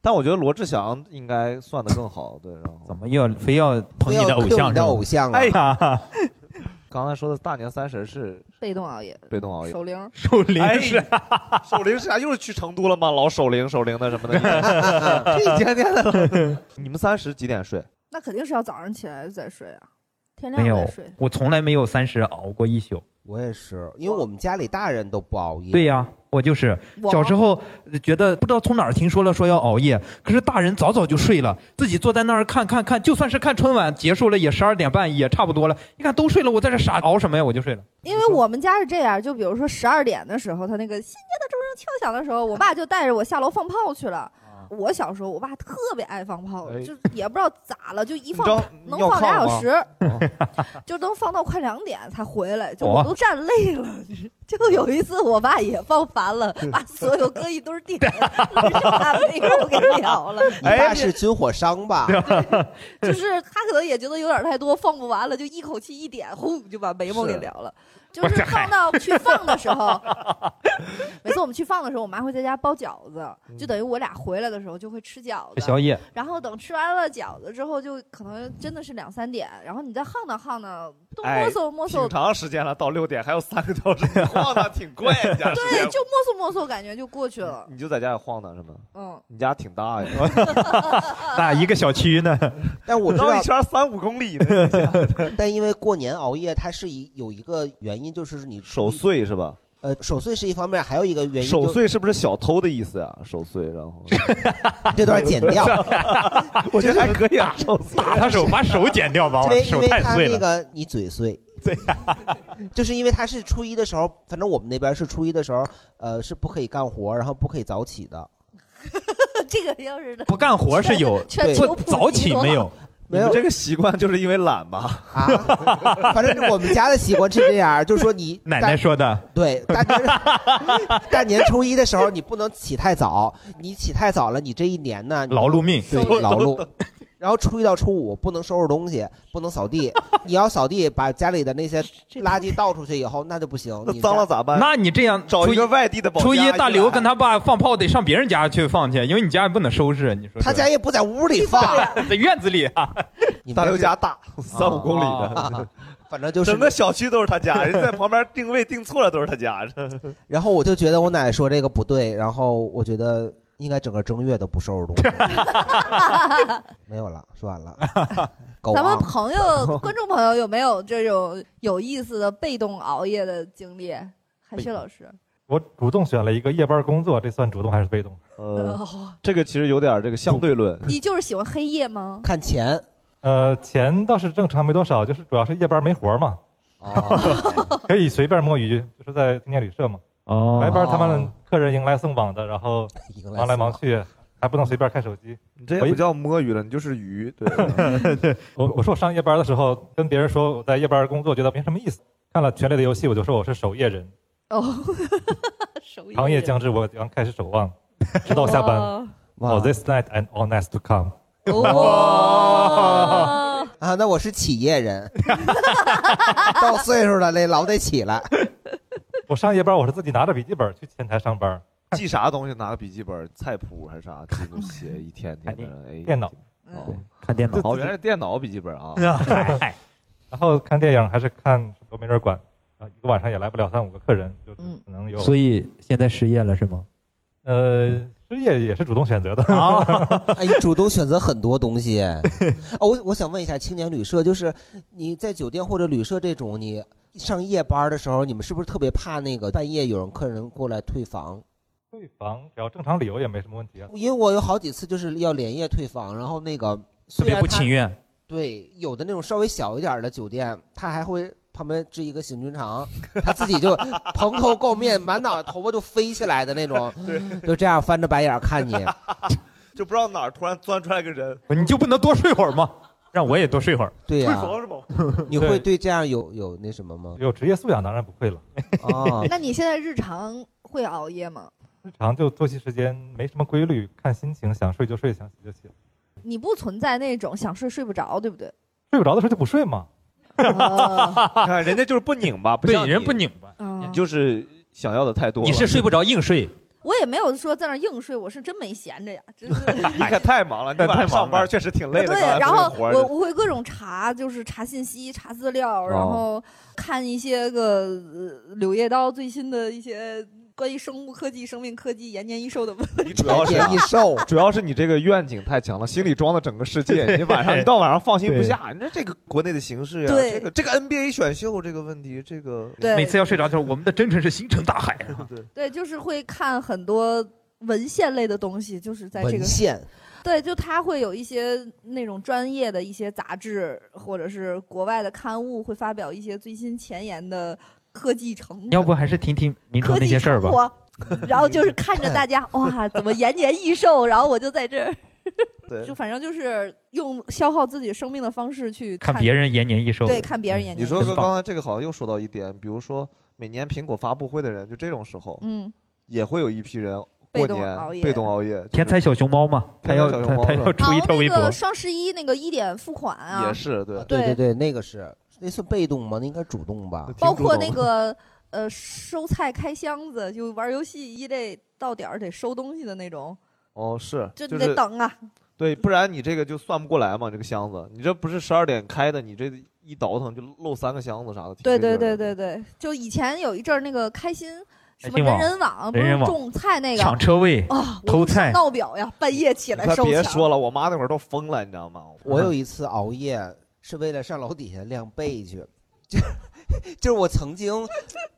Speaker 2: 但我觉得罗志祥应该算的更好。对，然后
Speaker 5: 怎么又非要捧你的偶
Speaker 2: 非要
Speaker 5: 像？
Speaker 2: 捧你的
Speaker 5: 是吧
Speaker 2: 偶像啊
Speaker 5: 哎呀，
Speaker 2: 刚才说的大年三十是
Speaker 4: 被动熬夜，
Speaker 2: 被动熬夜，
Speaker 4: 守灵，
Speaker 2: 守灵是，哎守灵是啥？啊又是去成都了吗？老守灵守灵的什么的， 这一天天的。你们三十几点睡？
Speaker 4: 那肯定是要早上起来再睡啊，天
Speaker 5: 没
Speaker 4: 亮
Speaker 5: 有
Speaker 4: 再睡。，
Speaker 5: 我从来没有三十熬过一宿。
Speaker 3: 我也是，因为我们家里大人都不熬夜。
Speaker 5: 对呀、我就是
Speaker 3: 我
Speaker 5: 小时候呃觉得不知道从哪儿听说了说要熬夜，可是大人早早就睡了，自己坐在那儿看看看，就算是看春晚结束了也十二点半也差不多了。你看都睡了，我在这傻熬什么呀？我就睡了。
Speaker 4: 因为我们家是这样，就比如说十二点的时候，他那个新年的钟声敲响的时候，我爸就带着我下楼放炮去了。我小时候，我爸特别爱放炮，
Speaker 2: 啊哎
Speaker 4: 就也不知道咋了，就一放
Speaker 2: 你知道
Speaker 4: 能
Speaker 2: 尿
Speaker 4: 放俩
Speaker 2: 炕
Speaker 4: 小
Speaker 2: 吗
Speaker 4: 时，就能放到快两点才回来，就
Speaker 2: 哇
Speaker 4: 我都站累了。就有一次，我爸也放 烦了，把所有搁一堆儿地，剩下没有给聊了。
Speaker 3: 你
Speaker 5: 哎
Speaker 3: 爸是军火商吧？
Speaker 4: 就是他可能也觉得有点太多，放不完了，就一口气一点，呼就把眉毛给聊了。就是放到去放的时候，每次我们去放的时候，我妈会在家包饺子，就等于我俩回来的时候就会吃饺子，
Speaker 5: 吃宵夜
Speaker 4: 然后等吃完了饺子之后，就可能真的是两三点，然后你再晃荡晃荡，东
Speaker 2: 哎
Speaker 4: 摸索摸索
Speaker 2: 挺，长时间了，到六点还有三个小时，你晃荡挺怪的。
Speaker 4: 对，就摸索摸索，感觉就过去了。
Speaker 2: 你就在家里晃荡是吗？
Speaker 4: 嗯，
Speaker 2: 你家挺大 呀，
Speaker 5: 那一个小区呢？
Speaker 3: 但我知道
Speaker 2: 绕一圈三五公里呢。
Speaker 3: 但因为过年熬夜，它是一有一个原因，就是你
Speaker 2: 守岁是吧？
Speaker 3: 呃守岁是一方面，还有一个原因、
Speaker 2: 守岁是不是小偷的意思啊？守岁，然后
Speaker 3: 这段剪掉，
Speaker 2: 我觉得还可以啊。守岁，
Speaker 5: 打他手，把手剪掉吧
Speaker 3: 因为因
Speaker 5: 手
Speaker 3: 为
Speaker 5: 太
Speaker 3: 他
Speaker 5: 碎
Speaker 3: 那
Speaker 5: 了。
Speaker 3: 个你嘴碎，对，就是因为他是初一的时候，反正我们那边是初一的时候，呃是不可以干活，然后不可以早起的。
Speaker 4: 嗯这个要是
Speaker 5: 不干活是有，
Speaker 4: 全
Speaker 5: 不
Speaker 4: 球普及
Speaker 5: 早起没有。
Speaker 3: 没有
Speaker 2: 这个习惯，就是因为懒吧？
Speaker 3: 啊，反正我们家的习惯是这样，就是说你
Speaker 5: 奶奶说的，
Speaker 3: 对，大年大年初一的时候，你不能起太早，你起太早了，你这一年呢
Speaker 5: 劳碌命
Speaker 3: 对
Speaker 5: 都
Speaker 3: 劳碌
Speaker 5: 都。
Speaker 3: 然后初一到初五不能收拾东西，不能扫地。你要扫地，把家里的那些垃圾倒出去以后，那就不行。你
Speaker 2: 脏了咋
Speaker 3: 哎
Speaker 2: 办？
Speaker 5: 那你这样
Speaker 2: 找
Speaker 5: 初
Speaker 2: 一个外地的保
Speaker 5: 初一
Speaker 2: 家
Speaker 5: 大刘跟他爸放炮得上别人家去放去，因为你家也不能收拾。啊你说
Speaker 3: 他家也不在屋里放，
Speaker 5: 在院子里啊，
Speaker 2: 大刘家大，三五公里的
Speaker 3: 啊，反正就是
Speaker 2: 整个小区都是他家，人家在旁边定位定错了都是他家。
Speaker 3: 然后我就觉得我奶奶说这个不对，然后我觉得应该整个正月都不收拾 东西。没有了，说完了。 狗
Speaker 4: 咱们
Speaker 3: 啊
Speaker 4: 朋 友、观众朋友有没有这种有意思的被动熬夜的经历？海旭老师，
Speaker 7: 我主动选了一个夜班工作，这算主动还是被动？
Speaker 2: 呃，
Speaker 4: 哦
Speaker 2: 这个其实有点这个相对论。
Speaker 4: 你就是喜欢黑夜吗？
Speaker 3: 看钱，
Speaker 7: 呃，钱倒是正常没多少，就是主要是夜班没活儿嘛，
Speaker 2: 哦
Speaker 7: 可以随便摸鱼，就是在青年旅社嘛。
Speaker 5: 哦
Speaker 7: 白班他们客人迎来送往的，然后
Speaker 3: 迎
Speaker 2: 来
Speaker 7: 忙来
Speaker 2: 送往
Speaker 7: 忙去，还不能随便看手机。
Speaker 2: 你这也不叫摸鱼了，你就是鱼。对，
Speaker 7: 对， 我我说我上夜班的时候跟别人说我在夜班工作，觉得没什么意思。看了《权力的游戏》，我就说我是守夜人，
Speaker 4: 哦，手艺
Speaker 7: 长夜将至，我将开始守望，直到下班。哦、this night and all nights to come。
Speaker 3: 哇哦啊，那我是企业人，到岁数了那老得起来。
Speaker 7: 我上夜班，我是自己拿着笔记本去前台上班，
Speaker 2: 记啥东西？拿个笔记本、菜谱还是啥，记录写一天天的。哎，
Speaker 7: 电脑哎
Speaker 2: 哦，
Speaker 5: 看电脑
Speaker 2: 哦，原来是电脑笔记 本啊。
Speaker 7: 然后看电影还是看都没人管，啊，一个晚上也来不了三五个客人，就是
Speaker 5: 嗯
Speaker 7: 可能有。
Speaker 5: 所以现在失业了是吗？
Speaker 7: 呃，失业也是主动选择的。
Speaker 3: 哎，主动选择很多东西。哦，我我想问一下，青年旅社就是你在酒店或者旅社这种，你上夜班的时候，你们是不是特别怕那个半夜有人客人过来退房？
Speaker 7: 退房只要正常理由也没什么问题啊。
Speaker 3: 因为我有好几次就是要连夜退房，然后那个
Speaker 7: 特别不情愿。
Speaker 3: 对，有的那种稍微小一点的酒店，他还会旁边支一个行军长，他自己 就蓬头垢面，满脑袋头发就飞起来的那 种，就这样翻着白眼儿看你。
Speaker 2: 就不知道哪儿突然钻出来个人，
Speaker 5: 你就不能多睡会儿吗？让我也多睡会儿。
Speaker 3: 对呀、
Speaker 2: 退房是吗
Speaker 3: 你会对这样有有那什么吗？
Speaker 7: 有职业素养当然不会了。
Speaker 3: 啊
Speaker 2: 哦
Speaker 4: 那你现在日常会熬夜吗？
Speaker 7: 日常就作息时间没什么规律，看心情，想睡就睡，想起就起。
Speaker 4: 你不存在那种想睡睡不着，对不对？
Speaker 7: 睡不着的时候就不睡嘛。
Speaker 2: 看啊人家就是不拧巴，不像
Speaker 5: 对人不拧
Speaker 2: 巴
Speaker 4: 嗯
Speaker 2: 你就是想要的太多了。
Speaker 5: 你是睡不着硬睡，
Speaker 4: 我也没有说在那儿硬睡，我是真没闲着呀，真是。
Speaker 2: 你可太忙了，你晚上上班确实挺累的。
Speaker 4: 对
Speaker 2: 刚才，
Speaker 4: 然
Speaker 2: 不是
Speaker 4: 后
Speaker 2: 活着
Speaker 4: 我我会各种查，就是查信息、查资料，然
Speaker 2: 哦
Speaker 4: 后看一些个呃柳叶刀最新的一些关于生物科技、生命科技延年益寿的问题。
Speaker 2: 主要是
Speaker 3: 太易瘦，
Speaker 2: 主要是你这个愿景太强了，心里装了整个世界。
Speaker 5: 对
Speaker 2: 你晚上你到晚上放心不
Speaker 5: 对
Speaker 2: 下，你说这个国内的形势呀，
Speaker 5: 对
Speaker 2: 这个这个 NBA 选秀这个问题，这个
Speaker 5: 每次要睡着就是我们的征程是星辰大海啊。
Speaker 4: 对，就是会看很多文献类的东西，就是在这个
Speaker 3: 文献。
Speaker 4: 对，就它会有一些那种专业的一些杂志，或者是国外的刊物会发表一些最新前沿的科技成果。
Speaker 5: 要不还是听听民众那些事儿吧。
Speaker 4: 我，然后就是看着 大家哇，怎么延年益寿，然后我就在这儿，
Speaker 2: 对
Speaker 4: 就反正就是用消耗自己生命的方式去
Speaker 5: 看别人延年益寿
Speaker 4: 对，看别人延
Speaker 2: 嗯
Speaker 4: 年
Speaker 2: 你
Speaker 4: 益寿。
Speaker 2: 说说刚才这个好像又说到一点，比如说每年苹果发布会的人，就这种时候，
Speaker 4: 嗯，
Speaker 2: 也会有一批人
Speaker 4: 被
Speaker 2: 过
Speaker 4: 动
Speaker 2: 年
Speaker 4: 熬夜
Speaker 2: 被动熬夜，
Speaker 5: 天才小熊猫嘛，他
Speaker 2: 天才
Speaker 5: 要
Speaker 2: 小
Speaker 5: 他
Speaker 2: 熊猫
Speaker 5: 他
Speaker 2: 是吧
Speaker 5: 要出一条微
Speaker 4: 那
Speaker 5: 博
Speaker 4: 个，双十一那个一点付款啊，
Speaker 2: 也是对
Speaker 3: 对对
Speaker 4: 对
Speaker 3: 对，那个是那算被动吗？那应该主动吧。
Speaker 4: 包括 那个呃收菜开箱子，就玩游戏一类到点儿得收东西的那种，
Speaker 2: 哦是，
Speaker 4: 就
Speaker 2: 就
Speaker 4: 你
Speaker 2: 是
Speaker 4: 得等啊。
Speaker 2: 对，不然你这个就算不过来嘛，这个箱子，你这不是十二点开的，你这一倒腾就漏三个箱子啥的。挺
Speaker 4: 对
Speaker 2: 费劲
Speaker 4: 对
Speaker 2: 儿
Speaker 4: 对
Speaker 2: 的，
Speaker 4: 对对，就以前有一阵儿那个开心什
Speaker 2: 开
Speaker 4: 么
Speaker 2: 心
Speaker 4: 人
Speaker 2: 网
Speaker 4: 人网，不
Speaker 2: 人
Speaker 4: 是
Speaker 2: 人网
Speaker 4: 种菜那个
Speaker 2: 抢车位
Speaker 4: 啊，我
Speaker 2: 偷
Speaker 4: 就是
Speaker 2: 菜
Speaker 4: 闹表呀，半夜起来
Speaker 2: 你
Speaker 4: 收
Speaker 2: 快别
Speaker 4: 钱。
Speaker 2: 说了，我妈那会儿都疯了，你知道吗？
Speaker 3: 我有一次熬夜是为了上楼底下晾被去， 就就是我曾经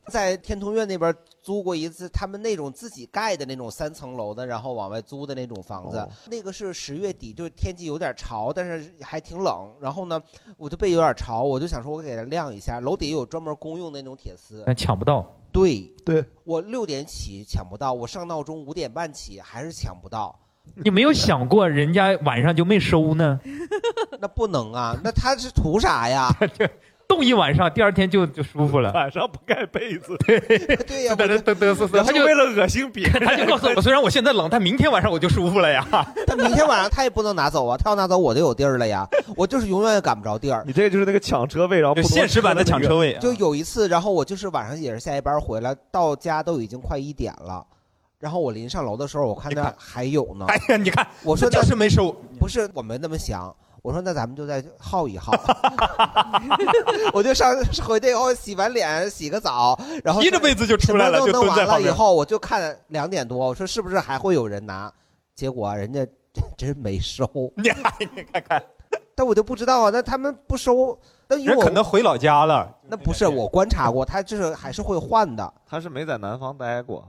Speaker 3: 在天通苑那边租过一次他们那种自己盖的那种三层楼的，然后往外租的那种房子。那个是十月底，就是天气有点潮，但是还挺冷。然后呢，我的被有点潮，我就想说我给它晾一下。楼底有专门公用的那种铁丝，
Speaker 5: 但抢不到。
Speaker 3: 对
Speaker 2: 对，
Speaker 3: 我六点起抢不到，我上闹钟五点半起还是抢不到。
Speaker 5: 你没有想过人家晚上就没收呢？
Speaker 3: 那不能啊，那他是图啥呀？
Speaker 5: 动一晚上，第二天就就舒服了。
Speaker 2: 晚上不盖被子，
Speaker 3: 对呀，
Speaker 5: 嘚嘚嘚嘚瑟瑟，他就
Speaker 2: 为了恶心别人，
Speaker 5: 他就告诉我，虽然我现在冷，但明天晚上我就舒服了呀。
Speaker 3: 但明天晚上他也不能拿走啊，他要拿走我就有地儿了呀，我就是永远也赶不着地儿。
Speaker 2: 你这个就是那个抢车位，然后不多车那个
Speaker 5: 啊
Speaker 3: 就有一次，然后我就是晚上也是下一班回来，到家都已经快一点了。然后我临上楼的时候，我看那还有呢。哎
Speaker 5: 呀，你看，
Speaker 3: 我说
Speaker 5: 这就是没收。
Speaker 3: 不是，我没那么想。我说那咱们就再耗 一耗。我就上回去以后洗完脸，洗个澡，然后
Speaker 5: 提着被子就出来了
Speaker 3: 什么都
Speaker 5: 就
Speaker 3: 弄
Speaker 5: 蹲
Speaker 3: 完
Speaker 5: 在
Speaker 3: 了
Speaker 5: 旁
Speaker 3: 以
Speaker 5: 边
Speaker 3: 后，我就看两点多，我说是不是还会有人拿？结果人家 真没收。
Speaker 5: 你看看，
Speaker 3: 但我就不知道啊，那他们不收，那因为
Speaker 5: 人
Speaker 3: 我
Speaker 5: 可能回老家了。
Speaker 3: 那不是我观察过，他就是还是会换的。
Speaker 2: 他是没在南方待过。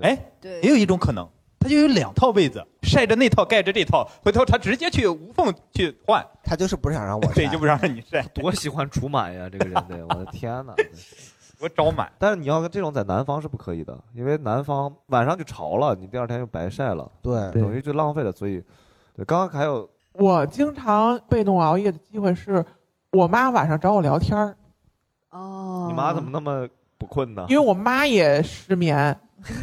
Speaker 5: 哎，也有一种可能，他就有两套被子，晒着那套，盖着这套，回头他直接去无缝去换。
Speaker 3: 他就是不想让我
Speaker 5: 对，就不让你晒。
Speaker 2: 多喜欢除螨呀，这个人得，我的天哪！
Speaker 5: 我招满。
Speaker 2: 但是你要这种在南方是不可以的，因为南方晚上就潮了，你第二天就白晒了，
Speaker 3: 对
Speaker 2: 等于就浪费了。所以，对，刚刚还有
Speaker 14: 我经常被动熬夜的机会是，我妈晚上找我聊天儿，
Speaker 4: 哦
Speaker 2: 你妈怎么那么不困呢？
Speaker 14: 因为我妈也失眠。
Speaker 2: 啊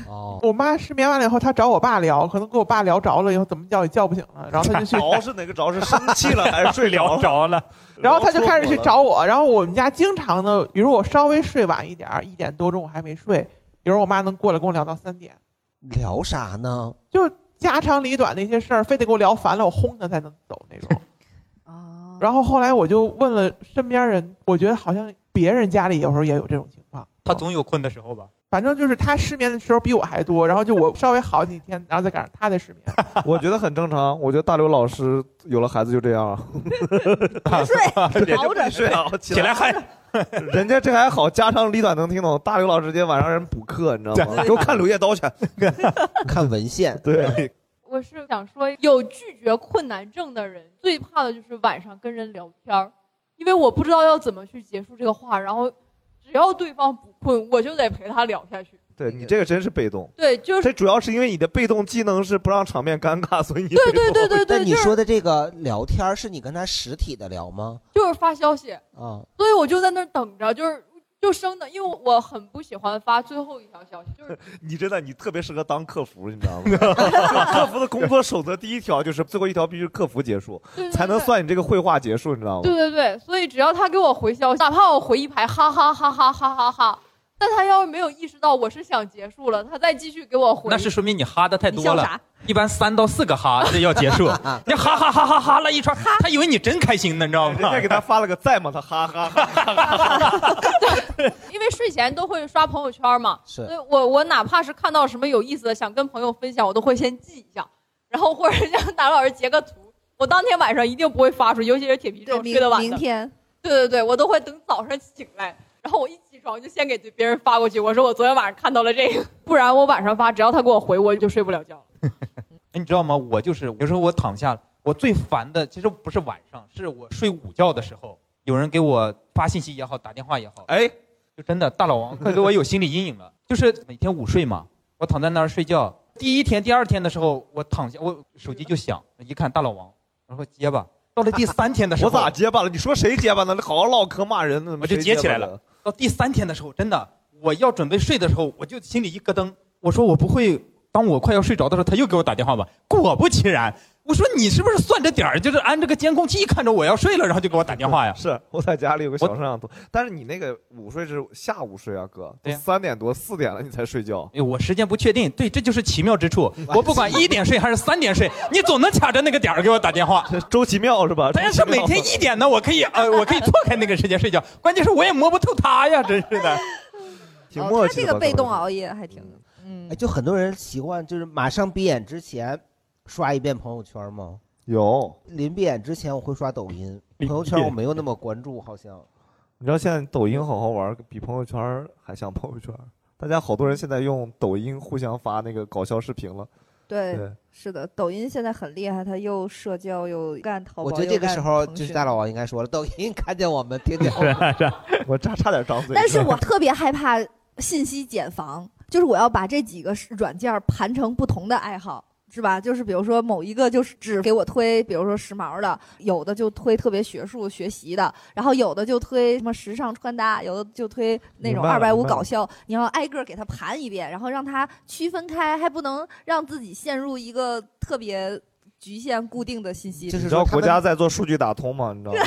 Speaker 2: 哦，
Speaker 14: 我妈失眠完了以后，她找我爸聊，可能跟我爸聊着了以后，怎么叫也叫不醒了，然后她就去
Speaker 2: 着是哪个着？是生气了还是睡 着
Speaker 5: 着了？
Speaker 14: 然后他就开始去找我，然后我们家经常呢，比如我稍微睡晚一点儿，一点多钟我还没睡，比如我妈能过来跟我聊到三点，
Speaker 3: 聊啥呢？
Speaker 14: 就家长里短的一些事儿，非得给我聊烦了，我轰他才能走那种。然后后来我就问了身边人，我觉得好像别人家里有时候也有这种情况，
Speaker 5: 他总有困的时候吧？
Speaker 14: 反正就是他失眠的时候比我还多，然后就我稍微好几天，然后再赶上他的失眠。
Speaker 2: 我觉得很正常。我觉得大刘老师有了孩子就这样， 睡
Speaker 4: 熬着
Speaker 2: 睡，
Speaker 5: 起 来嗨。
Speaker 2: 人家这还好，家长里短能听懂。大刘老师今天晚上人补课，你知道吗？
Speaker 3: 对
Speaker 2: 给我看《柳叶刀》去，
Speaker 3: 看文献。
Speaker 2: 对，
Speaker 13: 我是想说，有拒绝困难症的人最怕的就是晚上跟人聊天儿，因为我不知道要怎么去结束这个话，然后只要对方不困，我就得陪他聊下去。
Speaker 2: 对你这个真是被动。
Speaker 13: 对，就是
Speaker 2: 这主要是因为你的被动技能是不让场面尴尬，所以你
Speaker 13: 对对对对
Speaker 2: 被
Speaker 13: 对
Speaker 2: 动
Speaker 13: 对
Speaker 3: 但你说的这个聊天儿是你跟他实体的聊吗？
Speaker 13: 就是发消息，
Speaker 3: 啊，
Speaker 13: 所以我就在那儿等着，就是就生的，因为我很不喜欢发最后一条消息，就是
Speaker 2: 你真的你特别适合当客服，你知道吗？ 客服的工作守则第一条就是最后一条必须客服结束
Speaker 13: 对对，对
Speaker 2: 才能算你这个绘画结束，你知
Speaker 5: 哦
Speaker 2: 道吗？
Speaker 13: 对对对，所以只要他给我回消息，哪怕我回一排哈哈哈哈哈哈哈，但他要是没有意识到我是想结束了，他再继续给我回，
Speaker 5: 那是说明你哈的太多
Speaker 13: 你笑啥
Speaker 5: 了。一般三到四个哈这要结束，你哈哈哈哈哈了一圈，他以为你真开心呢，你知道吗？
Speaker 2: 人家给他发了个在吗？他哈哈哈。
Speaker 13: 因为睡前都会刷朋友圈嘛，
Speaker 2: 是
Speaker 13: 所以我我哪怕是看到什么有意思的想跟朋友分享，我都会先记一下，然后或者让达老师截个图，我当天晚上一定不会发出去，尤其是铁皮这种
Speaker 4: 对
Speaker 13: 睡得晚的。
Speaker 4: 明明天，
Speaker 13: 对对对，我都会等早上醒来，然后我一起床就先给别人发过去，我说我昨天晚上看到了这个， 不然我晚上发，只要他给我回，我就睡不了觉了。
Speaker 5: 哎，你知道吗？我就是有时候我躺下，我最烦的其实不是晚上，是我睡午觉的时候，有人给我发信息也好，打电话也好，
Speaker 2: 哎，
Speaker 5: 就真的大老王快给我有心理阴影了。就是每天午睡嘛，我躺在那儿睡觉，第一天、第二天的时候，我躺下，我手机就响，一看大老王，然后接吧。到了第三天的时候，
Speaker 2: 我咋结巴了？你说谁结巴呢？好好唠嗑骂人呢，
Speaker 5: 我就
Speaker 2: 结
Speaker 5: 接起来了。到第三天的时候，真的，我要准备睡的时候，我就心里一咯噔，我说我不会，当我快要睡着的时候，他又给我打电话吧。果不其然，我说你是不是算着点儿，就是按这个监控器一看着我要睡了，然后就给我打电话呀？
Speaker 2: 是我在家里有个小摄像头，但是你那个午睡是下午睡啊，哥，都
Speaker 5: 对呀
Speaker 2: 三点多四点了你才睡觉。
Speaker 5: 哎，我时间不确定，对，这就是奇妙 之处。我不管一点睡还是三点睡，你总能卡着那个点儿给我打电话。
Speaker 2: 周奇妙是吧？
Speaker 5: 但是每天一点呢，我可以呃，我可以错开那个时间睡觉。关键是我也摸不透他呀，真是的。
Speaker 2: 挺
Speaker 4: 哦
Speaker 3: 默
Speaker 4: 他
Speaker 3: 契的
Speaker 4: 这
Speaker 3: 吧
Speaker 4: 个被
Speaker 3: 可能
Speaker 4: 动
Speaker 3: 是
Speaker 4: 熬夜还挺，
Speaker 2: 嗯
Speaker 3: 哎，就很多人习惯就是马上闭眼之前刷一遍朋友圈吗？
Speaker 2: 有，
Speaker 3: 临闭眼之前我会刷抖音，朋友圈我没有那么关注，好像。
Speaker 2: 你知道现在抖音好好玩，比朋友圈还像朋友圈。大家好多人现在用抖音互相发那个搞笑视频了。
Speaker 4: 对
Speaker 2: 对，
Speaker 4: 是的，抖音现在很厉害，它又社交又干淘宝，
Speaker 3: 我觉得
Speaker 4: 又
Speaker 3: 这个
Speaker 4: 干
Speaker 3: 时候
Speaker 4: 腾
Speaker 3: 就是
Speaker 4: 讯
Speaker 3: 大老王应该说了，抖音看见我们，听见我们，
Speaker 2: 我差差点张嘴
Speaker 4: 但是我特别害怕信息茧房，就是我要把这几个软件儿盘成不同的爱好。是吧？就是比如说某一个就是只给我推，比如说时髦的，有的就推特别学术学习的，然后有的就推什么时尚穿搭，有的就推那
Speaker 15: 明
Speaker 4: 种
Speaker 15: 白
Speaker 4: 二
Speaker 15: 了
Speaker 4: 百五
Speaker 15: 明白了
Speaker 4: 搞笑。你要挨个儿给它盘一遍，然后让它区分开，还不能让自己陷入一个特别局限固定的信息里。
Speaker 2: 你知道国家在做数据打通吗？你知道吗？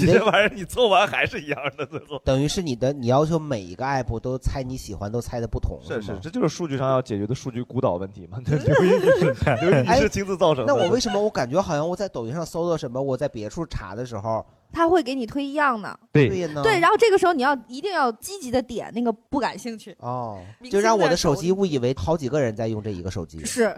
Speaker 2: 你这玩意儿你凑完还是一样的，最后。
Speaker 3: 等于是你的你要求每一个 app 都猜你喜欢，都猜的不同，
Speaker 2: 是
Speaker 3: 是
Speaker 2: 是
Speaker 3: 吗，
Speaker 2: 这就是数据上要解决的数据孤岛问题 嘛？对，刘一女士，刘一女
Speaker 3: 哎
Speaker 2: 士亲自造成的。
Speaker 3: 那我为什么我感觉好像我在抖音上搜到什么，我在别处查的时候，
Speaker 4: 他会给你推一样的。
Speaker 3: 对对呀呢
Speaker 4: 然后这个时候你要一定要积极的点那个不感兴趣。
Speaker 3: 哦，
Speaker 4: 明
Speaker 3: 就
Speaker 4: 星
Speaker 3: 让我
Speaker 4: 在
Speaker 3: 的
Speaker 4: 手
Speaker 3: 手机误以为好几个人在用这一个手机，
Speaker 4: 是，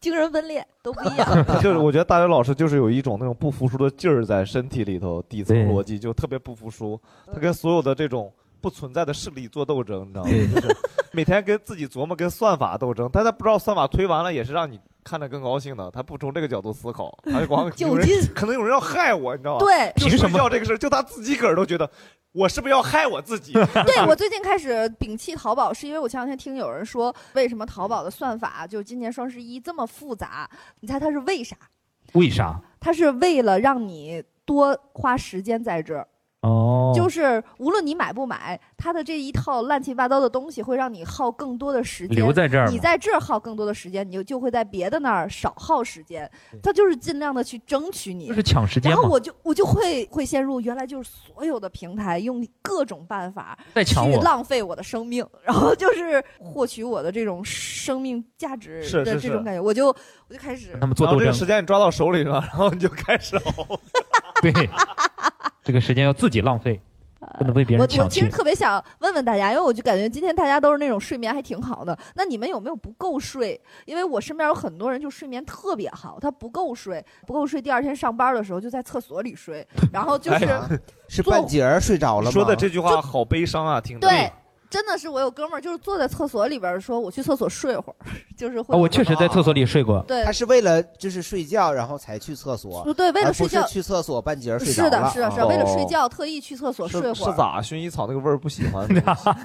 Speaker 4: 精神分裂都不一样。
Speaker 2: 就是我觉得大刘老师就是有一种那种不服输的劲儿在身体里头，底层逻辑就特别不服输，
Speaker 4: 嗯
Speaker 2: 他跟所有的这种不存在的势力做斗争，你知道吗？就是每天跟自己琢磨跟算法斗争，但他不知道算法推完了也是让你看着更高兴的，他不从这个角度思考，他就 光
Speaker 4: 就
Speaker 2: 有人
Speaker 4: 近
Speaker 2: 可能有人要害我，你知道吗？
Speaker 4: 对
Speaker 2: 就
Speaker 4: 凭什
Speaker 2: 睡
Speaker 4: 么
Speaker 2: 觉这个事儿，就他自己个儿都觉得我是不是要害我自己？
Speaker 4: 对我最近开始摒弃淘宝，是因为我前两天听有人说，为什么淘宝的算法就今年双十一这么复杂？你猜它是为啥？
Speaker 5: 为啥？
Speaker 4: 它是为了让你多花时间在这儿。
Speaker 5: 哦
Speaker 2: 哦
Speaker 4: 就是无论你买不买，它的这一套乱七八糟的东西会让你耗更多的时间。
Speaker 2: 留在这儿吗
Speaker 4: 你在这儿耗更多的时间，你就就会在别的那儿少耗时间。它就是尽量的去争取你，
Speaker 12: 就是抢时间
Speaker 4: 然后
Speaker 12: 嘛
Speaker 4: 我就我就会会陷入原来就是所有的平台用各种办法
Speaker 12: 在抢
Speaker 4: 去
Speaker 12: 我
Speaker 4: 浪费我的生命，然后就是获取我的这种生命价值
Speaker 2: 是
Speaker 4: 的
Speaker 2: 是
Speaker 4: 这
Speaker 2: 是
Speaker 4: 种感觉，我就我就开 始
Speaker 12: 他们做
Speaker 2: 然后
Speaker 12: 斗
Speaker 2: 这
Speaker 12: 争
Speaker 2: 个时间你抓到手里了，然后你就开始熬。
Speaker 12: 对，这个时间要自己浪费，不能被别
Speaker 4: 呃我
Speaker 12: 人
Speaker 4: 我
Speaker 12: 抢
Speaker 4: 其
Speaker 12: 去
Speaker 4: 实。特别想问问大家，因为我就感觉今天大家都是那种睡眠还挺好的，那你们有没有不够睡？因为我身边有很多人就睡眠特别好，他不够睡，不够睡，第二天上班的时候就在厕所里睡，然后
Speaker 3: 哎
Speaker 4: 就是、
Speaker 3: 啊是半截儿睡着了吗？
Speaker 2: 哎说的这句话好悲伤啊，听着。
Speaker 4: 对，真的是我有哥们儿就是坐在厕所里边儿说，我去厕所睡会儿， 就是
Speaker 12: 哦
Speaker 4: 会、
Speaker 12: 所里睡过
Speaker 4: 对
Speaker 3: 他是为了就是睡觉，然后才去厕所。
Speaker 4: 对为了
Speaker 3: 而不是
Speaker 4: 睡觉
Speaker 3: 去厕所半截儿睡着
Speaker 4: 是的，
Speaker 3: 了
Speaker 4: 是的，是的，
Speaker 3: 啊
Speaker 4: 为了睡觉特意去厕所哦睡会儿。
Speaker 2: 咋？薰衣草那个味儿不 喜欢？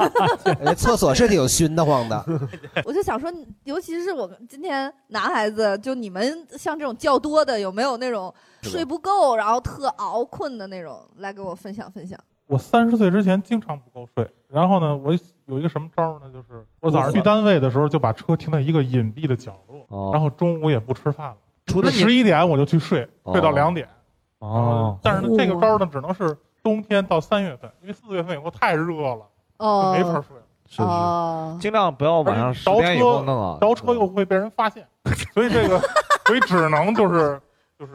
Speaker 3: 哎厕所是挺熏得慌 的。
Speaker 4: 我就想说，尤其是我们今天男孩子，就你们像这种较多的，有没有那种
Speaker 10: 是吧
Speaker 4: 睡不够，然后特熬困的那种，来给我分享分享。
Speaker 10: 我三十岁之前经常不够睡，然后呢，我有一个什么招儿呢？就是我早上去单位的时候就把车停在一个隐蔽的角落，
Speaker 2: 哦
Speaker 10: 然后中午也不吃饭了，
Speaker 2: 除
Speaker 10: 了十一点我就去睡，睡到两点。
Speaker 12: 哦，
Speaker 10: 但是呢，这个招儿呢，只能是冬天到三月份，因为四月份以后太热了，
Speaker 4: 哦
Speaker 10: 就没法睡。
Speaker 2: 是是，尽量不要哦晚上十
Speaker 10: 倒
Speaker 2: 点以后弄
Speaker 10: 车哎
Speaker 2: 啊。
Speaker 10: 倒车又会被人发现，所以这个，所以只能就是就是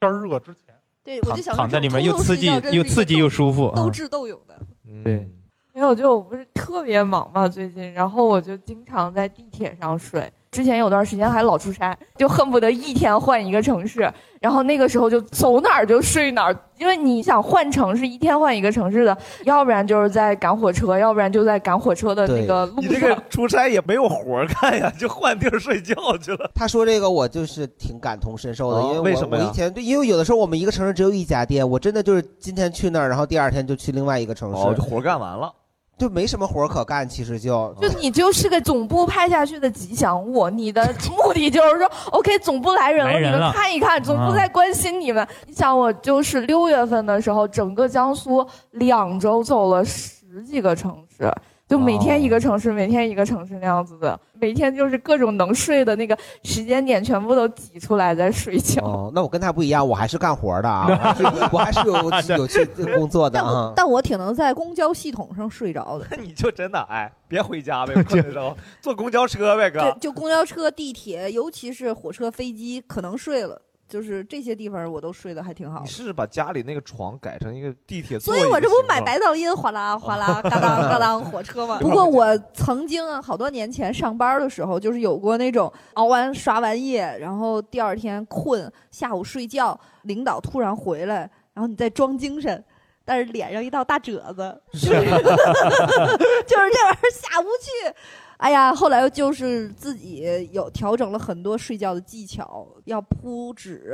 Speaker 10: 天儿热之前。
Speaker 4: 对，
Speaker 5: 躺躺在里面又刺激
Speaker 8: 这种
Speaker 5: 又刺激又舒服，
Speaker 8: 斗
Speaker 5: 嗯
Speaker 4: 智斗勇的。
Speaker 2: 对，
Speaker 8: 没有，就我不是特别忙嘛，最近，然后我就经常在地铁上睡。之前有段时间还老出差，就恨不得一天换一个城市，然后那个时候就走哪儿就睡哪儿，因为你想换城市，一天换一个城市的，要不然就是在赶火车，要不然就在赶火车的那个路
Speaker 2: 你
Speaker 8: 上。
Speaker 2: 这个出差也没有活儿干呀，就换地儿睡觉去了。
Speaker 3: 他说这个我就是挺感同身受的，
Speaker 2: 哦
Speaker 3: 因为我
Speaker 2: 为什么呀
Speaker 3: 我以前对，因为有的时候我们一个城市只有一家店，我真的就是今天去那儿，然后第二天就去另外一个城市，
Speaker 2: 哦，就活儿干完了。哦
Speaker 3: 就没什么活儿可干，其实就
Speaker 8: 就你就是个总部派下去的吉祥物，你的目的就是 说，OK，总部来人了，
Speaker 3: 来人
Speaker 8: 你
Speaker 3: 了
Speaker 8: 们看一看，总部
Speaker 3: 啊
Speaker 8: 在关心你们。你想，我就是六月份的时候，整个江苏两周走了十几个城市。就每天一个城市，每天一个城市那样子的，每天就是各种能睡的那个时间点全部都挤出来在睡觉。
Speaker 3: 哦，那我跟他不一样，我还是干活儿的啊，我还是我还是有有去工作的 啊。
Speaker 4: 但我挺能在公交系统上睡着的，
Speaker 2: 嗯你就真的哎，别回家呗，困的时 候坐公交车呗，哥
Speaker 4: 就。就公交车、地铁，尤其是火车、飞机，可能睡了，就是这些地方我都睡得还挺好
Speaker 2: 你。试试把家里那个床改成一个地铁座
Speaker 4: 所
Speaker 2: 椅
Speaker 4: 以
Speaker 2: 的形状，
Speaker 4: 我这不买白噪音，哗 啦哗啦，嘎当嘎当，火车嘛。不过我曾经啊，好多年前上班的时候，就是有过那种熬完刷完夜，然后第二天困，下午睡觉，领导突然回来，然后你再装精神，但是脸上一道大褶子，就是就是这玩意儿下不去。哎呀，后来就是自己有调整了很多睡觉的技巧，要铺纸，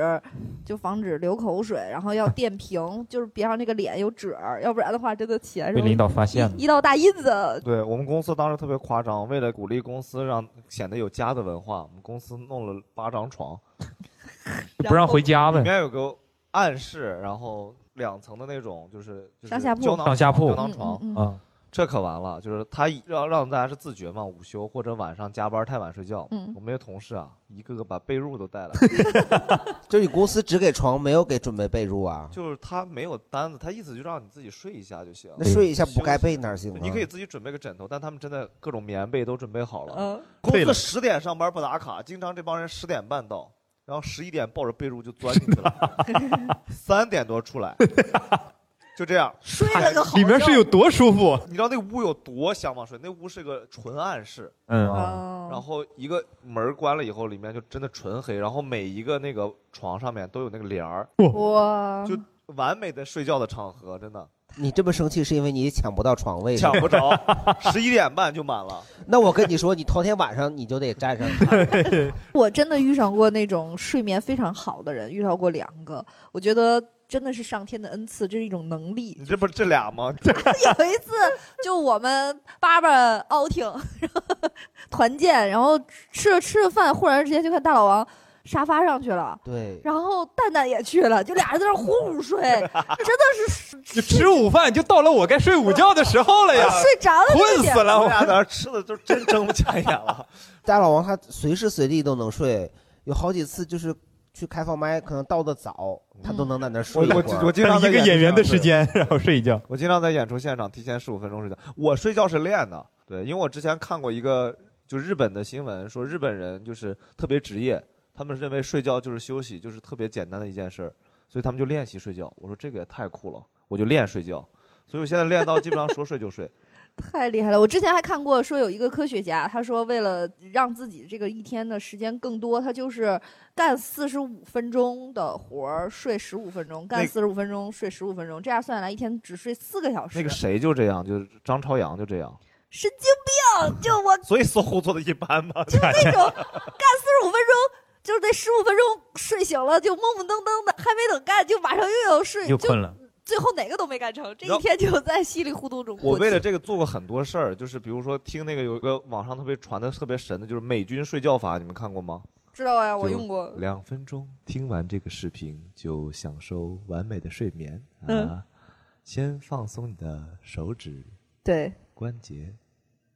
Speaker 4: 就防止流口水，然后要垫平，就是别让那个脸有褶儿，要不然的话真的钱
Speaker 2: 被领导发现了
Speaker 4: 一道大印子。
Speaker 2: 对我们公司当时特别夸张，为了鼓励公司让显得有家的文化，我们公司弄了八 张床，
Speaker 12: 不让回家呗
Speaker 2: 里面有个暗室，然后两层的那种，就是就是
Speaker 4: 上下铺
Speaker 2: 胶囊
Speaker 12: 上下
Speaker 2: 床
Speaker 12: 铺
Speaker 2: 胶囊床
Speaker 4: 嗯嗯嗯
Speaker 12: 啊
Speaker 2: 这可完了，就是他一让让大家是自觉嘛，午休或者晚上加班太晚睡觉。
Speaker 4: 嗯
Speaker 2: 我们那些同事啊，一个个把被褥都带 来了，
Speaker 3: 就是你公司只给床，没有给准备被褥啊？
Speaker 2: 就是他没有单子，他意思就让你自己睡一下就行。
Speaker 3: 那睡一下不盖被哪儿行啊
Speaker 2: 你可以自己准备个枕头，但他们真的各种棉被都准备好了。
Speaker 4: 嗯
Speaker 2: 公
Speaker 3: 对
Speaker 2: 司
Speaker 3: 了
Speaker 2: 十点上班不打卡，经常这帮人十点半到，然后十一点抱着被褥就钻进去了， 三点多出来，就这样睡
Speaker 4: 了个
Speaker 12: 哎好里面是有多舒服？
Speaker 2: 你知道那屋有多香吗？水那屋是个纯暗室，
Speaker 12: 嗯
Speaker 4: 哦
Speaker 2: 然后一个门儿关了以后，里面就真的纯黑，然后每一个那个床上面都有那个帘儿，
Speaker 4: 哇，
Speaker 2: 就完美的睡觉的场合，真的
Speaker 3: 你这么生气是因为你抢不到床位，
Speaker 2: 抢不。着，十一点半就满了。
Speaker 3: 那我跟你说，你头天晚上你就得站 上它。
Speaker 4: 我真的遇上过那种睡眠非常好的人，遇到过两个，我觉得真的是上天的恩赐，这是一种能力。
Speaker 2: 你这不是这俩吗？
Speaker 4: 有一次，就我们爸爸 outing 然后团建，然后吃着吃着饭，忽然之间就看大老王沙发上去了。
Speaker 3: 对，
Speaker 4: 然后蛋蛋也去了，就俩人在那儿呼呼睡，真的是
Speaker 5: 就吃午饭就到了我该睡午觉的时候了呀，
Speaker 4: 啊睡着了
Speaker 5: 困死了，
Speaker 2: 我俩在那儿吃的就真睁不开眼了。
Speaker 3: 大老王他随时随地都能睡，有好几次就是去开放麦，可能到的早，他
Speaker 4: 嗯
Speaker 3: 都能在那儿睡
Speaker 2: 我
Speaker 3: 一会
Speaker 2: 我
Speaker 3: 儿。
Speaker 2: 我经常在演出上睡，
Speaker 5: 然后睡一觉。
Speaker 2: 我经常在演出现场提前十五分钟睡觉。我睡觉是练的，对，因为我之前看过一个就日本的新闻，说日本人就是特别职业，他们认为睡觉就是休息，就是特别简单的一件事儿，所以他们就练习睡觉。我说这个也太酷了，我就练睡觉，所以我现在练到基本上说睡就 睡。
Speaker 4: 太厉害了！我之前还看过，说有一个科学家，他说为了让自己这个一天的时间更多，他就是干四十五分钟的活儿，睡十五分钟，干
Speaker 2: 那
Speaker 4: 四十五分钟，睡十五分钟，这样算下来一天只睡四个小时。
Speaker 2: 那个谁就这样，就是张朝阳就这样，
Speaker 4: 神经病！就我
Speaker 2: 所以搜狐做的一般嘛。就
Speaker 4: 那种干四十五分钟，就是那十五分钟睡醒了，就懵懵瞪瞪的，还没等干，就马上又要睡，
Speaker 2: 又困了。
Speaker 4: 最后哪个都没干成，这
Speaker 2: 然
Speaker 4: 一
Speaker 2: 后
Speaker 4: 天就在稀里糊涂中过去。
Speaker 2: 我为了这个做过很多事儿，就是比如说听那个有一个网上特别传的特别神的，就是美军睡觉法，你们看过吗？
Speaker 4: 知道啊呀，我
Speaker 2: 就
Speaker 4: 用过。
Speaker 2: 两分钟听完这个视频就享受完美的睡眠啊！
Speaker 4: 嗯
Speaker 2: 先放松你的手指、
Speaker 4: 对，
Speaker 2: 关节、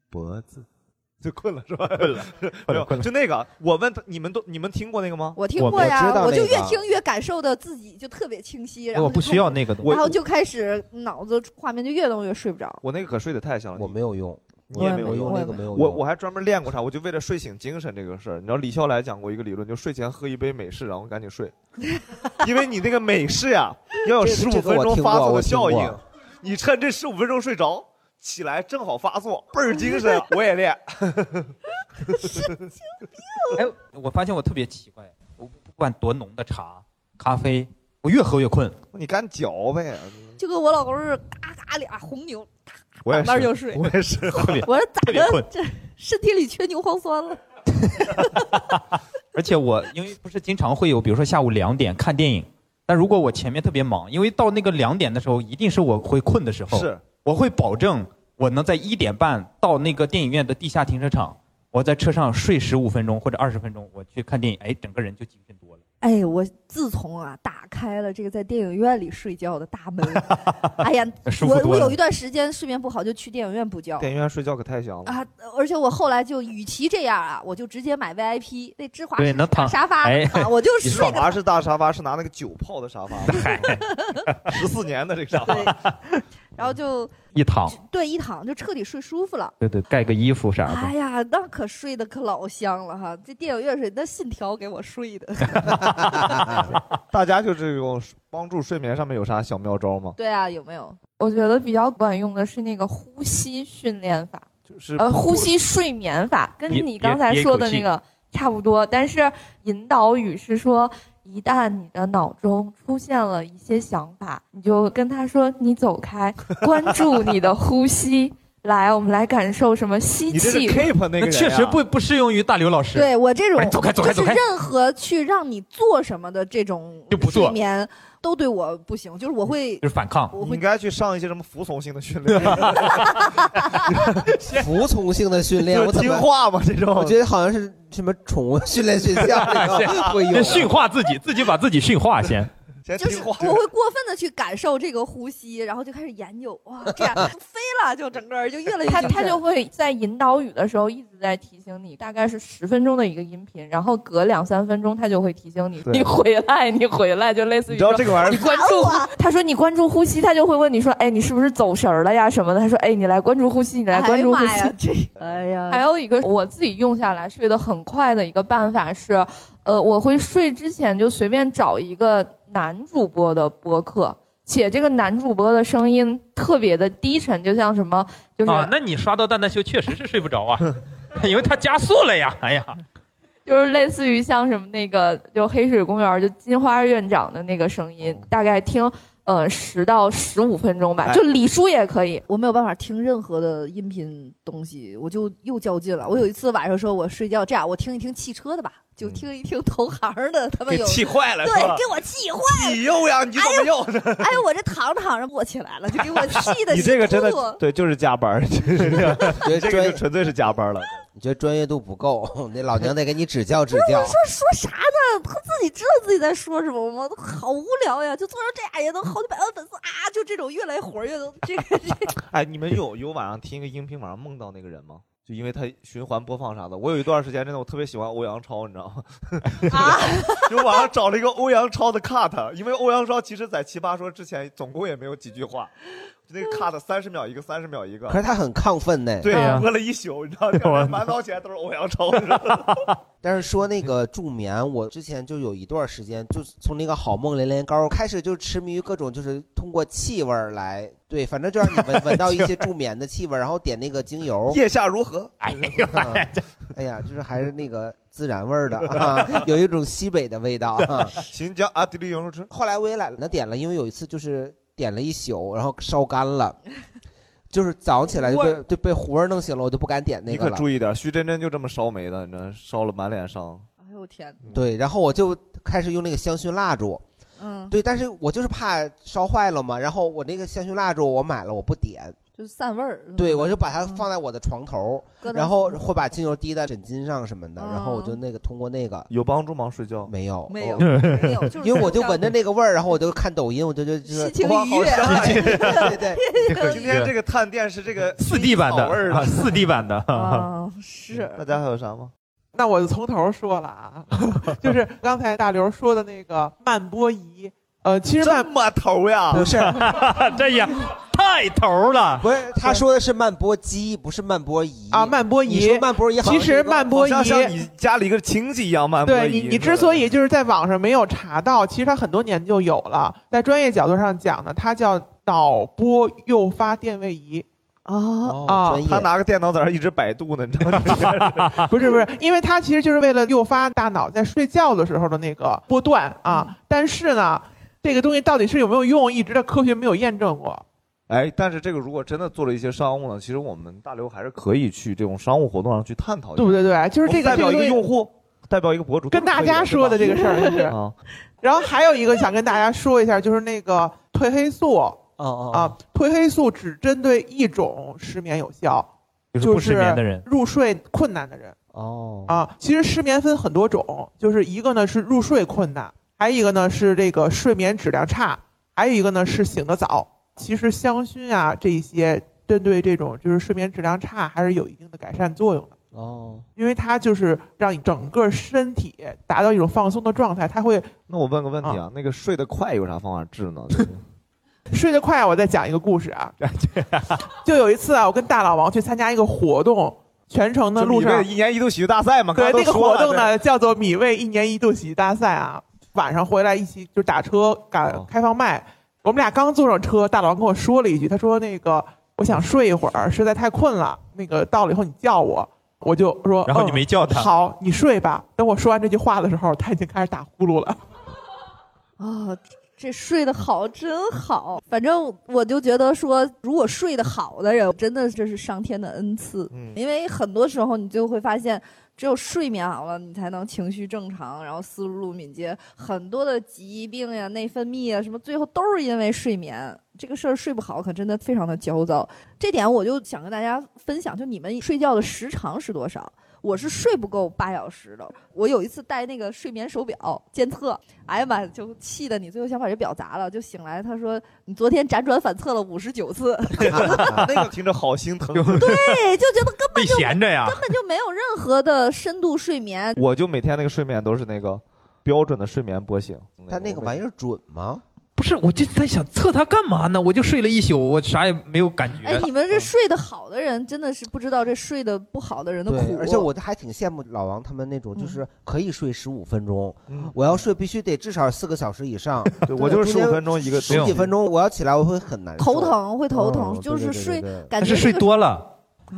Speaker 2: 脖 子， 就困了是吧？困
Speaker 11: 了，
Speaker 2: 没有，就那个，我问他，你们都你们听过那个吗？
Speaker 4: 我听过呀，我就越听越感受的自己就特别清晰，然后
Speaker 2: 我不
Speaker 4: 就
Speaker 2: 需要
Speaker 4: 开始
Speaker 2: 那个东西
Speaker 4: 然后
Speaker 2: 我
Speaker 4: 就开始脑子画面就越弄越睡不着。
Speaker 2: 我那个可睡得太香了，我
Speaker 3: 没有用，
Speaker 2: 你也
Speaker 4: 我也
Speaker 2: 没有用，
Speaker 4: 没用我也那个没有
Speaker 2: 我
Speaker 4: 用
Speaker 2: 我还专门练过啥，我就为了睡醒精神这个事儿。你知道李笑来讲过一个理论，就睡前喝一杯美式，然后赶紧睡，因为你那个美式呀要有
Speaker 3: 这个
Speaker 2: 十五
Speaker 3: 这个我
Speaker 2: 分钟
Speaker 3: 听
Speaker 2: 发
Speaker 3: 过
Speaker 2: 作
Speaker 3: 我
Speaker 2: 的
Speaker 3: 听
Speaker 2: 效
Speaker 3: 过
Speaker 2: 应，你趁这十五分钟睡着，起来正好发作，倍儿精神。我也练，
Speaker 4: 啊
Speaker 5: 哎，我发现我特别奇怪，我不管多浓的茶、咖啡，我越喝越困。
Speaker 2: 你干嚼呗。
Speaker 4: 就跟我老公是嘎嘎俩红牛，
Speaker 2: 嗯我也
Speaker 4: 啊躺那儿
Speaker 2: 是，
Speaker 4: 就睡
Speaker 2: 我也是，特别
Speaker 4: 我说咋
Speaker 5: 特别
Speaker 4: 的
Speaker 5: 困，
Speaker 4: 这身体里缺牛磺酸了。
Speaker 5: 而且我因为不是经常会有，比如说下午两点看电影，但如果我前面特别忙，因为到那个两点的时候，一定是我会困的时候，
Speaker 2: 是，
Speaker 5: 我会保证我能在一点半到那个电影院的地下停车场，我在车上睡十五分钟或者二十分钟，我去看电影，哎，整个人就精神多了。
Speaker 4: 哎，我自从啊打开了这个在电影院里睡觉的大门，哎呀
Speaker 2: 舒，服
Speaker 4: 我
Speaker 2: 多
Speaker 4: 我
Speaker 2: 了
Speaker 4: 有一段时间睡眠不好，就去电影院补觉。
Speaker 2: 电影院睡觉可太香了。
Speaker 4: 啊！而且我后来就，与其这样啊，我就直接买 VIP 那芝华士
Speaker 2: 能哎
Speaker 4: 大沙发， 啊我就
Speaker 2: 你
Speaker 4: 睡
Speaker 2: 爽
Speaker 4: 得
Speaker 2: 华是大沙发，是拿那个酒泡的沙 发吗，十四年的这个沙发，
Speaker 4: 然后就
Speaker 12: 一躺，
Speaker 4: 对一躺就彻底睡舒服了。
Speaker 12: 对对，盖个衣服
Speaker 2: 啊
Speaker 12: 啥
Speaker 4: 哎
Speaker 12: 的。
Speaker 4: 呀，那可睡得可老香了哈！这电影院睡，那信条给我睡的。
Speaker 2: 大家就这种帮助睡眠上面有啥小妙招吗？
Speaker 4: 对啊，有没有？
Speaker 8: 我觉得比较管用的是那个呼吸训练法，
Speaker 2: 就是
Speaker 8: 呃呼吸睡眠法，跟
Speaker 2: 也
Speaker 8: 你刚才
Speaker 2: 也
Speaker 8: 说的
Speaker 2: 也
Speaker 8: 那
Speaker 2: 一口气
Speaker 8: 个差不多。但是引导语是说，一旦你的脑中出现了一些想法，你就跟他说你走开，关注你的呼吸。来，我们来感受什么吸气。
Speaker 5: 确实不不适用于大刘老师。
Speaker 4: 对我这种
Speaker 5: 哎走开走开
Speaker 4: 就
Speaker 5: 走
Speaker 4: 是
Speaker 5: 开，
Speaker 4: 任何去让你做什么的这种
Speaker 2: 就不做
Speaker 4: 睡眠都对我不行，就是 我会
Speaker 5: 就是反抗
Speaker 4: 我
Speaker 2: 你应
Speaker 4: 会
Speaker 2: 该去上一些什么服从性的训 练，
Speaker 3: 服从性的训练，
Speaker 2: 就是
Speaker 3: 我怎么
Speaker 2: 听话嘛这种
Speaker 3: 我觉得好像是什么宠物训练学校
Speaker 12: 啊
Speaker 3: 里头会有
Speaker 5: 先啊驯化自己，自己把自己驯化先。
Speaker 4: 就是我会过分的去感受这个呼吸，然后就开始研究哇，这样 飞了就整个人就越来越
Speaker 8: 他
Speaker 4: 精
Speaker 8: 他
Speaker 4: 神
Speaker 8: 就会在引导语的时候一直在提醒你，大概是十分钟的一个音频，然后隔两三分钟他就会提醒你，
Speaker 2: 对
Speaker 8: 你回来，哎你回来，就类似于
Speaker 2: 你知道
Speaker 8: 说
Speaker 2: 哦这个玩意儿
Speaker 8: 你关注，他说你关注呼吸，他就会问你说，哎，你是不是走神儿了呀什么的？他说，哎，你来关注呼吸，你来关注呼吸。
Speaker 4: 哎呀
Speaker 8: 还有一个我自己用下来睡得很快的一个办法是，呃，我会睡之前就随便找一个男主播的播客，且这个男主播的声音特别的低沉，就像什么就是、
Speaker 2: 哦
Speaker 12: 啊，那你刷到蛋蛋秀确实是睡不着啊，因为它加速了呀。哎呀，
Speaker 8: 就是类似于像什么那个就黑水公园就金花院长的那个声音，大概听呃十到十五分钟吧，
Speaker 4: 哎
Speaker 8: 就李叔也可以。
Speaker 4: 我没有办法听任何的音频东西，我就又较劲了。我有一次晚上说，我睡觉这样，我听一听汽车的吧，就听一听同行的，他
Speaker 2: 嗯
Speaker 4: 们
Speaker 2: 给
Speaker 4: 有
Speaker 2: 气坏了
Speaker 4: 对
Speaker 2: 是吧，
Speaker 4: 给我气坏了。
Speaker 2: 你又呀，你怎么又？
Speaker 4: 哎呦，我这躺着躺着我起来了，就给我气 的。啊
Speaker 2: 你这个真的对，就是加班儿，就是这样，
Speaker 3: 对
Speaker 2: 这个就纯粹是加班了。
Speaker 3: 你觉得专业度不够， 那老娘得给你指教指教
Speaker 4: 我。说说啥呢？他自己知道自己在说什么吗？好无聊呀！就做成这样也能好几百万粉丝啊！就这种越来活儿越能这个
Speaker 2: 哎，你们有有晚上听一个音频，晚上梦到那个人吗？就因为他循环播放啥的，我有一段时间真的我特别喜欢欧阳超，你知道吗？ 就网上找了一个欧阳超的 cut，因为欧阳超其实在奇葩说之前总共也没有几句话，就那个 cut 三十秒一个，三十秒一个。
Speaker 3: 可是他很亢奋呢，
Speaker 2: 对播了一宿，你知道，
Speaker 3: 啊 对我
Speaker 2: 满脑起来都是欧阳超，你知道吗
Speaker 3: 但是说那个助眠，我之前就有一段时间，就从那个好梦连连膏开始，就痴迷于各种就是通过气味儿来，对，反正就让你闻闻到一些助眠的气味儿，然后点那个精 油。
Speaker 2: 腋下如何？
Speaker 3: 哎 呀，哎呀，就是还是那个孜然味 儿的、啊，有一种西北的味道。啊、
Speaker 2: 新疆阿迪力羊肉串。
Speaker 3: 后来我也懒得点了，因为有一次就是点了一宿，然后烧干 了。就是早上起来就
Speaker 2: 糊味
Speaker 3: 被对被糊味儿弄醒了，我就不敢点那
Speaker 2: 你
Speaker 3: 个了。
Speaker 2: 可注意点，徐真真就这么烧没的，你知道，烧了满脸伤。
Speaker 4: 哎呦我天哪！
Speaker 3: 对，然后我就开始用那个香薰蜡烛，
Speaker 4: 嗯，
Speaker 3: 对，但是我就是怕烧坏了嘛。然后我那个香薰蜡烛我买了，我不点，
Speaker 4: 就是散味儿。
Speaker 3: 对我就把它放在我的床头，
Speaker 4: 嗯搁那
Speaker 3: 然后会把精油滴在枕巾上什么的，然后我就那个通过那个
Speaker 2: 有帮助吗？睡觉哦
Speaker 3: 没有，
Speaker 4: 没有
Speaker 2: 没有
Speaker 4: 就是
Speaker 3: 因为我就
Speaker 4: 睡觉
Speaker 3: 闻着那个味儿，然后我就看抖音，我就就就是
Speaker 4: 心情
Speaker 3: 哇
Speaker 4: 愉
Speaker 3: 好
Speaker 4: 悦
Speaker 3: 香 啊
Speaker 2: 对
Speaker 3: 对对，
Speaker 2: 今天这个探店是这个
Speaker 5: 四 D 版
Speaker 2: 草味儿
Speaker 5: 的，啊四 D 版的。
Speaker 4: 啊，是。
Speaker 2: 大家还有啥吗？
Speaker 14: 那我就从头说了啊， 就是刚才大刘说的那个慢波仪，呃，其实慢
Speaker 2: 么头呀，
Speaker 14: 不是，
Speaker 5: 这也哎太头了。
Speaker 3: 不是，他说的是慢波机，不是慢波仪
Speaker 14: 啊慢波仪
Speaker 3: 你说慢波仪好像
Speaker 14: 其
Speaker 3: 是一
Speaker 14: 实
Speaker 3: 个，
Speaker 14: 慢波仪
Speaker 2: 好像像你家里一个亲戚一样慢波仪。
Speaker 14: 对你，你之所以就是在网上没有查到，其实它很多年就有了。在专业角度上讲呢，它叫脑波诱发电位仪。
Speaker 4: 哦
Speaker 14: 啊，
Speaker 2: 他 拿个电脑在那儿一直百度呢，你知道吗？
Speaker 14: 不是不是，因为它其实就是为了诱发大脑在睡觉的时候的那个波段啊。但是呢，这个东西到底是有没有用，一直的科学没有验证过。
Speaker 2: 哎，但是这个如果真的做了一些商务呢，其实我们大刘还是可以去这种商务活动上去探讨一下，
Speaker 14: 对不对对就是这个
Speaker 2: 我们代表一
Speaker 14: 这个
Speaker 2: 个
Speaker 14: 东
Speaker 2: 用
Speaker 14: 西
Speaker 2: 户，代表一个博主，
Speaker 14: 跟大家说的这个事儿就是
Speaker 2: 啊，
Speaker 14: 然后还有一个想跟大家说一下，就是那个褪黑素
Speaker 3: 哦
Speaker 14: 啊，褪黑素只针对一种失眠有效，
Speaker 5: 就是
Speaker 14: 就
Speaker 5: 不失眠的人
Speaker 14: 入睡困难的人。
Speaker 2: 哦
Speaker 14: 啊，其实失眠分很多种，就是一个呢是入睡困难，还有一个呢是这个睡眠质量差，还有一个呢是醒得早。其实香薰啊这一些针对这种就是睡眠质量差还是有一定的改善作用的，
Speaker 2: 哦，
Speaker 14: 因为它就是让你整个身体达到一种放松的状态，它会
Speaker 2: 那我问个问题啊，那个睡得快有啥方法治呢？就是
Speaker 14: 睡得快，我再讲一个故事 啊。就有一次啊，我跟大老王去参加一个活动，全程的路
Speaker 2: 就
Speaker 14: 上
Speaker 2: 是一个一年一度喜剧大赛嘛，
Speaker 14: 对，
Speaker 2: 刚
Speaker 14: 那
Speaker 2: 才都
Speaker 14: 个
Speaker 2: 说
Speaker 14: 活
Speaker 2: 了
Speaker 14: 动呢，叫做米味一年一度喜剧大赛啊。晚上回来一起就打车赶开放麦，我们俩刚坐上车，大老王跟我说了一句，他说那个我想睡一会儿，实在太困了，那个到了以后你叫我。我就说，
Speaker 5: 然后你
Speaker 14: 嗯
Speaker 5: 没叫他
Speaker 14: 好，你睡吧。等我说完这句话的时候，他已经开始打呼噜了。
Speaker 4: 啊，这睡得好真好。反正我就觉得说，如果睡得好的人，真的这是上天的恩赐。因为很多时候你就会发现，只有睡眠好了，你才能情绪正常，然后思路敏捷。很多的疾病呀、内分泌啊什么，最后都是因为睡眠。这个事儿睡不好，可真的非常的焦躁。这点我就想跟大家分享，就你们睡觉的时长是多少？我是睡不够八小时的。我有一次戴那个睡眠手表监测，哎呀妈，就气的你最后想把这表砸了，就醒来他说你昨天辗转反侧了五十九次，
Speaker 2: 那个听着好心疼，对，
Speaker 4: 对，就觉得根
Speaker 2: 被闲着呀
Speaker 4: 根本就没有任何的深度睡眠。
Speaker 3: 嗯
Speaker 2: 我就每天那个睡眠都是那个标准的睡眠波形，
Speaker 3: 他那个玩意儿准吗？
Speaker 5: 不是，我就在想测它干嘛呢？我就睡了一宿，我啥也没有感觉。
Speaker 4: 哎，你们
Speaker 3: 嗯
Speaker 4: 这睡得好的人，真的是不知道这睡得不好的人的
Speaker 3: 对
Speaker 4: 苦，。啊
Speaker 3: 而且我还挺羡慕老王他们那种，就
Speaker 4: 嗯
Speaker 3: 是可以睡十五分钟
Speaker 2: 嗯，。
Speaker 3: 我要睡必须得至少四个小时以上
Speaker 2: 对我就是
Speaker 3: 中间
Speaker 2: 15分钟一个
Speaker 3: 十几
Speaker 2: 对
Speaker 3: 分钟，我要起来我会很难受，
Speaker 4: 头疼会头
Speaker 3: 嗯
Speaker 4: 疼，
Speaker 3: 对
Speaker 4: 就是
Speaker 3: 对对
Speaker 4: 睡
Speaker 3: 对对
Speaker 4: 感
Speaker 5: 但
Speaker 4: 觉
Speaker 5: 是
Speaker 4: 这
Speaker 5: 睡
Speaker 4: 个
Speaker 5: 多了，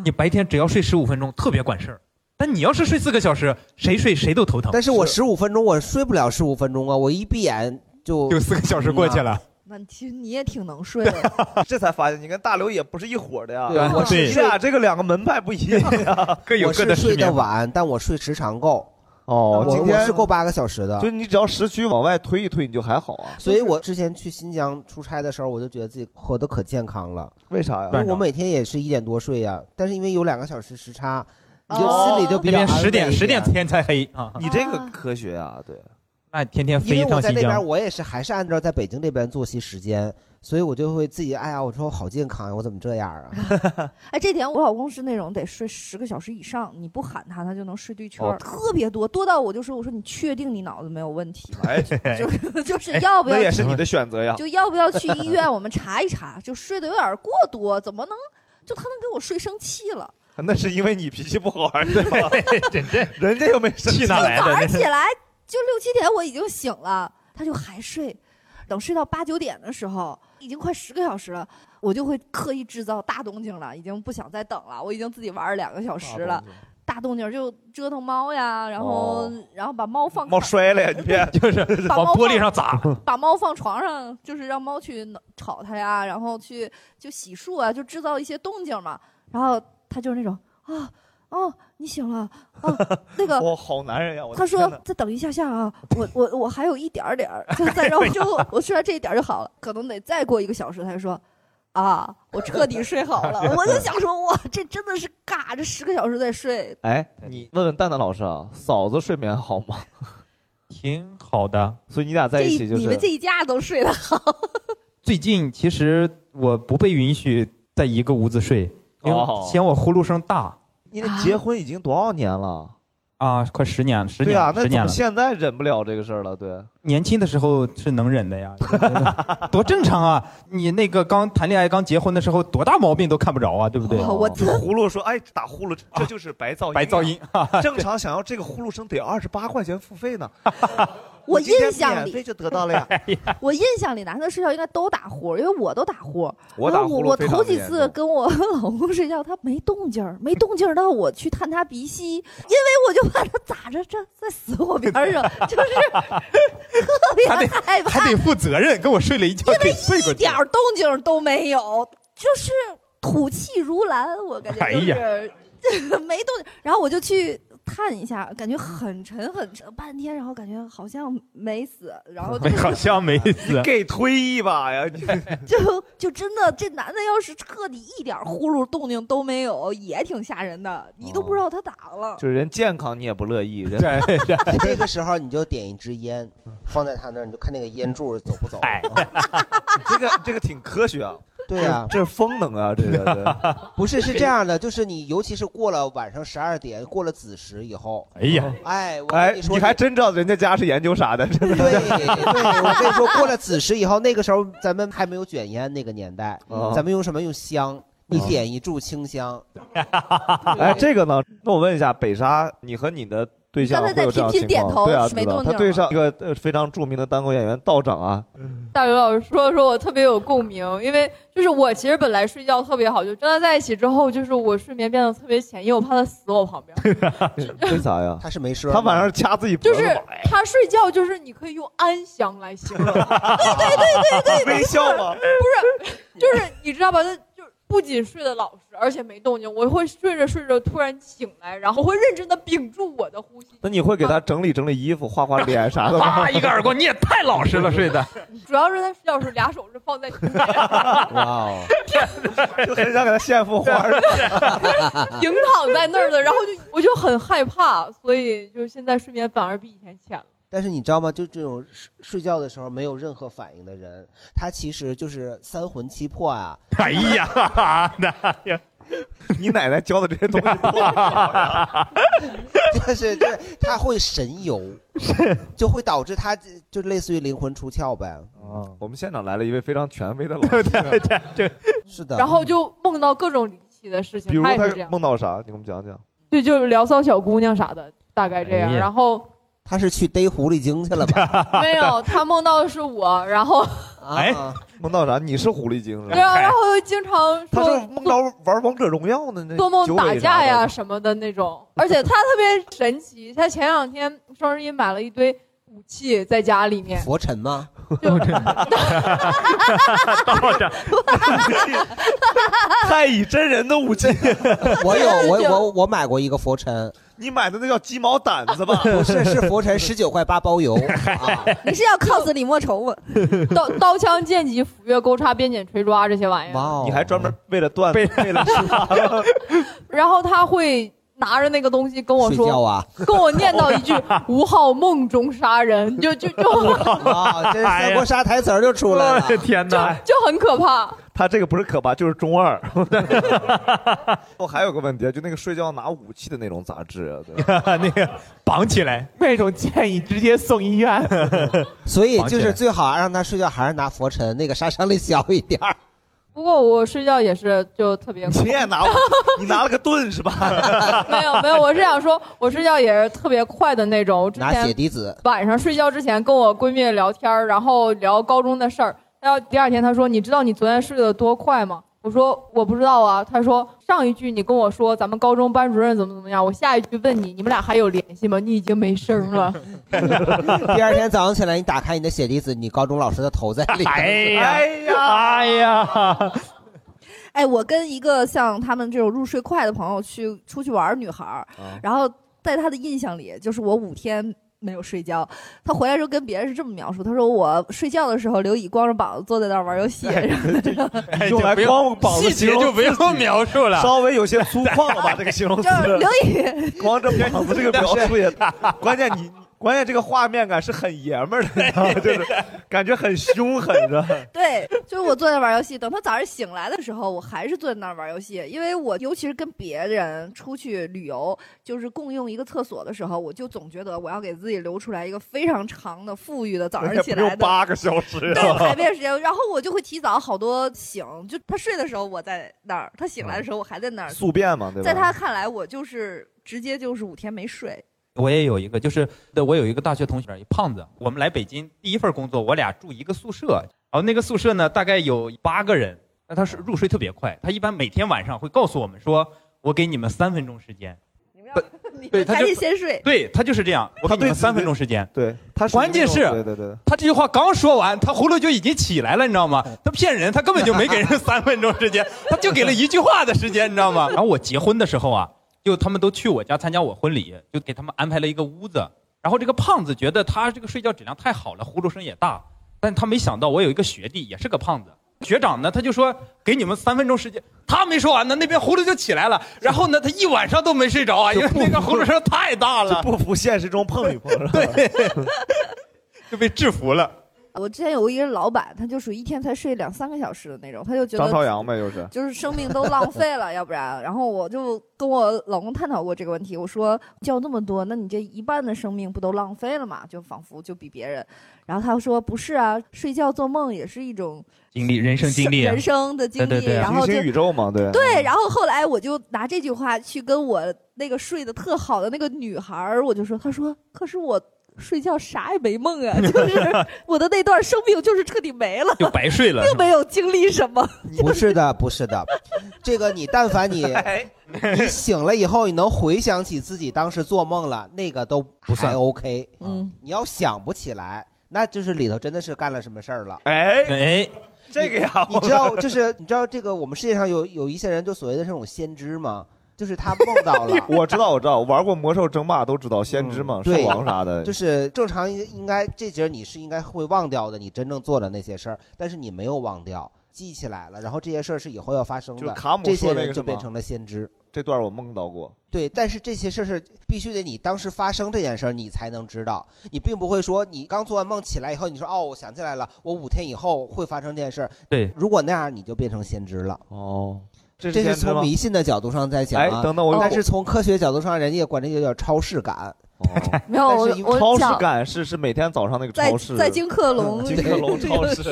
Speaker 5: 你白天只要睡十五分钟，特别管事儿。但你要是睡四个小时，谁睡谁都头疼。
Speaker 3: 但是我十五分钟我睡不了十五分钟啊，我一闭眼就
Speaker 5: 就四个小时过去了。
Speaker 4: 那其实你也挺能睡的，
Speaker 2: 这才发现你跟大刘也不是一伙的 呀。
Speaker 3: 对啊我是
Speaker 2: 你俩啊这个两个门派不一样啊 呀，
Speaker 3: 我是睡得晚，但我睡时长够。
Speaker 2: 哦
Speaker 3: 啊我
Speaker 2: 今天
Speaker 3: 我是够八个小时的。
Speaker 2: 就你只要时区往外推一推，你就还好啊。
Speaker 3: 所以我之前去新疆出差的时候，我就觉得自己活得可健康了。
Speaker 2: 为啥呀
Speaker 3: 因为我每天也是一点多睡呀、但是因为有两个小时时差，你就心里就比较
Speaker 5: 那边
Speaker 3: 安慰
Speaker 5: 哦十点
Speaker 3: 一
Speaker 5: 十
Speaker 3: 点
Speaker 5: 点天才黑啊。
Speaker 2: 你这个科学啊，对，
Speaker 5: 那天天
Speaker 3: 因
Speaker 5: 飞
Speaker 3: 为
Speaker 5: 一
Speaker 3: 我
Speaker 5: 趟
Speaker 3: 在
Speaker 5: 新
Speaker 3: 那边，
Speaker 5: 疆，
Speaker 3: 我也是还是按照在北京这边作息时间，所以我就会自己，哎呀，我说我好健康呀，我怎么这样 啊？
Speaker 4: 哎，这点我老公是那种得睡十个小时以上，你不喊他，他就能睡对圈儿，
Speaker 2: 哦
Speaker 4: 特别多，多到我就说，我说你确定你脑子没有问 题吗？
Speaker 2: 哎，
Speaker 4: 就是就是要不要
Speaker 2: 那也是
Speaker 4: 去
Speaker 2: 你的选择呀，
Speaker 4: 就要不要去医院，我们查一查，就睡得有点过多，怎么能就他能给我睡生气了？
Speaker 2: 那是因为你脾气不好而已 吧？人家人家又没生气哪
Speaker 4: 早 上起来就六七点我已经醒了，他就还睡，等睡到八九点的时候，已经快十个小时了，我就会刻意制造大动静了，已经不想再等了，我已经自己玩了两个小时了。大动静就折腾猫呀，然后、
Speaker 2: 哦
Speaker 4: 然后把猫放
Speaker 2: 猫摔了呀，你别
Speaker 5: 就是
Speaker 4: 把猫
Speaker 5: 往玻璃上砸。
Speaker 4: 把猫放床上，就是让猫去挠吵它呀，然后去就洗漱啊，就制造一些动静嘛。然后他就是那种啊，哦，你醒了，啊，那个
Speaker 2: 我好男人呀！我的
Speaker 4: 他说
Speaker 2: 天哪
Speaker 4: 再等一下下 啊，我我我还有一点儿点儿，就再让我就我睡到这一点儿就好了，可能得再过一个小时，他就说。啊！我 彻底睡好了，我就想说，哇，这真的是尬，这十个小时在睡，
Speaker 2: 哎，你问问蛋蛋老师啊，嫂子睡眠好吗？
Speaker 5: 挺好的，
Speaker 2: 所以你俩在
Speaker 4: 这
Speaker 2: 一
Speaker 4: 一
Speaker 2: 起就
Speaker 4: 你们
Speaker 2: 是
Speaker 4: 这一家都睡得好，
Speaker 5: 最近其实我不被允许在一个屋子睡，因为
Speaker 2: 哦
Speaker 5: 嫌我呼噜声大
Speaker 2: 你得结婚已经多少年了？
Speaker 5: 啊，快十年了，十
Speaker 2: 对
Speaker 5: 年
Speaker 2: 啊
Speaker 5: 了，，
Speaker 2: 那
Speaker 5: 十
Speaker 2: 怎
Speaker 5: 年
Speaker 2: 么
Speaker 5: 了。
Speaker 2: 现在忍不了这个事儿了？对，
Speaker 5: 年轻的时候是能忍的呀， 多正常啊！你那个刚谈恋爱、刚结婚的时候，多大毛病都看不着啊，对不对？
Speaker 3: 哦
Speaker 4: 哦
Speaker 2: 就葫芦说，哎，打呼噜这就是白噪音啊，
Speaker 5: 白噪音
Speaker 2: 正常想要这个呼噜声得二十八块钱付 费呢。
Speaker 4: 我
Speaker 2: 今天
Speaker 4: 印象里
Speaker 2: 免费就得到 了呀。
Speaker 5: 哎
Speaker 4: 我印象里男的睡觉应该都打呼，因为我都打呼。
Speaker 2: 我打
Speaker 4: 然后
Speaker 2: 呼噜
Speaker 4: 我我
Speaker 2: 非常
Speaker 4: 头几
Speaker 2: 严
Speaker 4: 次跟我老公睡觉，他没动静儿，没动静儿到我去探他鼻息，因为我就怕他咋着这在死我边 儿上，就是特别害怕，
Speaker 5: 还得负责任，跟我睡了 一觉给睡过
Speaker 4: 一
Speaker 5: 去
Speaker 4: 点。儿动静儿都没有，就是吐气如兰，我感觉就
Speaker 5: 哎
Speaker 4: 是、没动静。然后我就去探一下，感觉很沉很沉，半天，然后感觉好像没死，然后就
Speaker 5: 好像没哎死
Speaker 2: 给推一把呀！你
Speaker 4: 就就真的，这男的要是彻底一点呼噜动静都没有，也挺吓人的，你都不知道他咋了。
Speaker 2: 就是人健康你也不乐意，人
Speaker 3: 这个时候你就点一支烟，放在他那儿，你就看那个烟柱走不走。
Speaker 5: 哎
Speaker 2: 这个这个挺科学啊。
Speaker 3: 对 呀
Speaker 2: 这是风能啊，这个对
Speaker 3: 不是，是这样的，就是你，尤其是过了晚上十二点，过了子时以后，
Speaker 2: 哎呀
Speaker 3: 哎，我
Speaker 2: 哎
Speaker 3: 跟，你说，
Speaker 2: 你还真知道人家家是研究啥的，真的。
Speaker 3: 对，我跟你说，过了子时以后，那个时候咱们还没有卷烟那个年代，
Speaker 2: 哦
Speaker 3: 咱们用什么？用香，你点一炷清香。
Speaker 2: 哎，这个呢？那我问一下，北沙，你和你的对象
Speaker 3: 你刚
Speaker 2: 会
Speaker 3: 才在
Speaker 2: 有这样的
Speaker 3: 频
Speaker 2: 情
Speaker 3: 频
Speaker 2: 况？
Speaker 3: 点头
Speaker 2: 对啊，
Speaker 3: 没
Speaker 2: 知道
Speaker 3: 动
Speaker 2: 他
Speaker 3: 静
Speaker 2: 对
Speaker 3: 吗
Speaker 2: 上一个呃非常著名的单口演员道长啊，
Speaker 13: 大刘老师说的时候，我特别有共鸣，因为就是我其实本来睡觉特别好，就跟他在一起之后，就是我睡眠变得特别浅，因为我怕他死我旁边。
Speaker 2: 为啥呀？
Speaker 3: 他是没事，
Speaker 2: 他晚上掐自己脖
Speaker 13: 就
Speaker 2: 子
Speaker 13: 是
Speaker 2: 吗，
Speaker 13: 他睡觉，就是你可以用安详来形 容。 对对对对对，
Speaker 2: 微笑吗
Speaker 13: 不是，就是你知道吧？他就是不仅睡得老实，而且没动静。我会睡着睡着突然醒来，然后我会认真的屏住我的呼吸。
Speaker 2: 那你会给他整理整理衣服、画画脸啥的吗？
Speaker 13: 啪一个耳
Speaker 5: 光，你也太老实了，睡的。
Speaker 13: 主要是他睡觉的时候俩手是放在胸 前，
Speaker 2: 哇 哦，就很想给他献幅花儿。
Speaker 13: 平躺在那儿的，然后就我就很害怕，所以就现在睡眠反而比以前浅了。
Speaker 3: 但是你知道吗？就这种睡睡觉的时候没有任何反应的人，他其实就是三魂七魄啊。
Speaker 5: 哎
Speaker 13: 啊
Speaker 5: 呀，那呀，
Speaker 2: 你奶奶教的这些东西不好 呀，
Speaker 3: 就是就是他会神 游，就会导致他就类似于灵魂出窍呗。
Speaker 5: 哦
Speaker 2: 啊，我们现场来了一位非常权威的老师，啊
Speaker 3: 是的
Speaker 13: 然后就梦到各种离奇的事
Speaker 2: 比
Speaker 13: 情，
Speaker 2: 如
Speaker 13: 他也
Speaker 2: 他
Speaker 13: 是这样，
Speaker 2: 梦到啥，你给我们讲讲。
Speaker 13: 对，就是聊骚小姑娘啥的，大概这样。
Speaker 3: 哎呀
Speaker 13: 然后
Speaker 3: 他是去逮狐狸精去了 吧？啊
Speaker 13: 没有，他梦到的是我， 然后
Speaker 2: 哎，梦到啥？你是狐狸精是吧？
Speaker 13: 然后然后又经常
Speaker 2: 他
Speaker 13: 说
Speaker 2: 说梦到玩王者荣耀呢，那
Speaker 13: 做梦
Speaker 2: 九
Speaker 13: 打
Speaker 2: 尾啥
Speaker 13: 架
Speaker 2: 的
Speaker 13: 呀什么的那种，而且他特别神奇， 他前两天双十一买了一堆武器在家 里面，
Speaker 3: 佛尘吗？
Speaker 2: 太乙真人的武器，
Speaker 3: 我有我我我买过一个佛尘，
Speaker 2: 你买的那叫鸡毛掸子吧？
Speaker 3: 不是是佛尘十九块八包邮，
Speaker 4: 你是要 cos 李莫愁吗？
Speaker 13: 刀刀枪剑戟斧钺钩叉鞭锏锤抓
Speaker 5: 哦
Speaker 13: 这些玩意儿，
Speaker 3: 哇哦！
Speaker 2: 你还专门为了段子，为了
Speaker 13: 然后他会
Speaker 9: 拿着那个东西跟我
Speaker 3: 睡
Speaker 9: 说，
Speaker 3: 觉啊
Speaker 9: 跟我念叨 一句“吴昊梦中杀人”，就就 就
Speaker 3: 啊，
Speaker 5: 哎
Speaker 3: 这三国杀台词儿就出来了。
Speaker 2: 天哪！
Speaker 9: 就很可怕。
Speaker 2: 他这个不是可怕，就是中二。 我还有个问题啊，就那个睡觉拿武器的那种杂志啊，对吧
Speaker 5: 那个绑起来，
Speaker 14: 那种建议直接送医院。
Speaker 3: 所以
Speaker 14: 绑
Speaker 3: 就
Speaker 14: 起
Speaker 3: 是
Speaker 14: 来
Speaker 3: 最好啊让他睡觉还是拿佛尘，那个杀伤力小一点儿。
Speaker 9: 不过我睡觉也是就特别
Speaker 2: 你也拿，你拿了个盾是吧？
Speaker 9: 没有没有，我是想说，我睡觉也是特别快的那种。我之
Speaker 3: 拿
Speaker 9: 前
Speaker 3: 血滴子
Speaker 9: 晚上睡觉之前跟我闺蜜聊天儿，然后聊高中的事儿。然后第二天她说：“你知道你昨天睡得多快吗？”我说：“我不知道啊。”她说：“上一句你跟我说咱们高中班主任怎么怎么样，我下一句问你你们俩还有联系吗？你已经没声了。
Speaker 3: 第二天早上起来，你打开你的血滴子，你高中老师的头在里头。
Speaker 5: 哎呀，
Speaker 4: 哎，我跟一个像他们这种入睡快的朋友去出去玩儿，女孩儿，然后在她的印象里，就是我五天没有睡觉。她回来之后跟别人是这么描述，她说我睡觉的时候，刘乙光着膀子坐在那儿玩游戏，
Speaker 5: 哎
Speaker 2: 用来光膀子
Speaker 5: 细节
Speaker 2: 形容
Speaker 5: 就不
Speaker 2: 自己
Speaker 5: 用描述了
Speaker 2: 稍微有些粗犷了吧？这个形容词
Speaker 4: 就是刘宇，
Speaker 2: 光着膀子这个描述 也大，关键你。关键这个画面感是很爷们儿的你知道 吗，就是感觉很凶狠着。
Speaker 4: 对，就是我坐在那玩游戏，等他早上醒来的时候，我还是坐在那儿玩游戏，因为我尤其是跟别人出去旅游，就是共用一个厕所的时候，我就总觉得我要给自己留出来一个非常长的、富裕的早上起
Speaker 2: 人家不
Speaker 4: 来
Speaker 2: 用
Speaker 4: 的
Speaker 2: 八个小时啊
Speaker 4: 对排便时间，然后我就会提早好多醒，就他睡的时候我在那儿，他醒来的时候我还在那儿
Speaker 2: 嗯宿便嘛对吧
Speaker 4: 在他看来，我就是直接就是五天没睡。
Speaker 5: 我也有一个，就是对我有一个大学同学，一胖子。我们来北京第一份工作，我俩住一个宿舍，然后那个宿舍呢大概有八个人，那他是入睡特别快，他一般每天晚上会告诉我们说，我给你们三分钟时间，对，他
Speaker 4: 赶
Speaker 5: 就
Speaker 4: 紧先睡。
Speaker 5: 对他就是这样，我给你们三分钟时间。
Speaker 2: 对，他
Speaker 5: 关键是
Speaker 2: 对对对，
Speaker 5: 他这句话刚说完，他葫芦就已经起来了，你知道吗？他骗人，他根本就没给人三分钟时 间，他就给了一句话的时间，你知道吗？然后我结婚的时候啊，就他们都去我家参加我婚礼，就给他们安排了一个屋子。然后这个胖子觉得他这个睡觉质量太好了，呼噜声也大，但他没想到我有一个学弟也是个胖子。学长呢，他就说给你们三分钟时间，他没说完呢，那边葫芦就起来了。然后呢，他一晚上都没睡着啊，因为那个葫芦声太大了，
Speaker 2: 不服现实中碰一碰，
Speaker 5: 对，就被制服了。
Speaker 4: 我之前有一个老板，他就属于一天才睡两三个小时的那种，他就觉得
Speaker 2: 张朝阳呗，就是
Speaker 4: 就是生命都 浪费了，要不然。然后我就跟我老公探讨过这个问题，我说叫那么多，那你这一半的生命不都浪费了嘛？就仿佛就比别人。然后他说不是啊，睡觉做梦也是一种
Speaker 5: 经历人生经历啊
Speaker 4: 人生的经历
Speaker 5: 对对对啊
Speaker 4: 然后
Speaker 2: 平
Speaker 4: 就
Speaker 2: 行宇宙嘛，对
Speaker 4: 对，然后后来我就拿这句话去跟我那个睡得特好的那个女孩儿，我就说，她说，可是我睡觉啥也没梦啊，就是我的那段生命就是彻底没了，
Speaker 5: 就白睡了
Speaker 4: 并没有经历什么。
Speaker 3: 不是的，不是的， 这个你但凡你 你醒了以后，你能回想起自己当时做梦了，那个都不算 OK。啊
Speaker 4: 嗯，
Speaker 3: 你要想不起来，那就是里头真的是干了什么事儿了。
Speaker 2: 哎，
Speaker 5: 哎，这个呀
Speaker 3: 你知道，就是你知道这个，我们世界上有有一些人，就所谓的这种先知吗？就是他梦到了
Speaker 2: 我知道，我知道，玩过魔兽争霸都知道，先知
Speaker 3: 嗯
Speaker 2: 嘛，
Speaker 3: 对
Speaker 2: 兽王啥的，
Speaker 3: 就是正常应应该这节你是应该会忘掉的，你真正做的那些事儿，但是你没有忘掉，记起来了，然后这些事儿是以后要发生
Speaker 2: 就是
Speaker 3: 的，
Speaker 2: 卡姆
Speaker 3: 这些
Speaker 2: 说那个
Speaker 3: 人
Speaker 2: 是
Speaker 3: 就
Speaker 2: 吗
Speaker 3: 变成了先知。
Speaker 2: 这段我梦到过。
Speaker 3: 对，但是这些事儿是必须得你当时发生这件事儿，你才能知道。你并不会说你刚做完梦起来以后，你说哦，我想起来了，我五天以后会发生这件事儿。
Speaker 5: 对，
Speaker 3: 如果那样，你就变成先知了。
Speaker 2: 哦，这
Speaker 3: 这
Speaker 2: 是先知吗
Speaker 3: 从迷信的角度上在讲、啊。
Speaker 2: 哎等等我
Speaker 3: 但是从科学角度上，人家也管这个叫超视感。
Speaker 4: 没有我
Speaker 2: 但是因为
Speaker 4: 我
Speaker 2: 超市
Speaker 4: 讲
Speaker 2: 感是是每天早上那个
Speaker 4: 在
Speaker 2: 超市，
Speaker 4: 在金客 隆，
Speaker 2: 金客隆超市，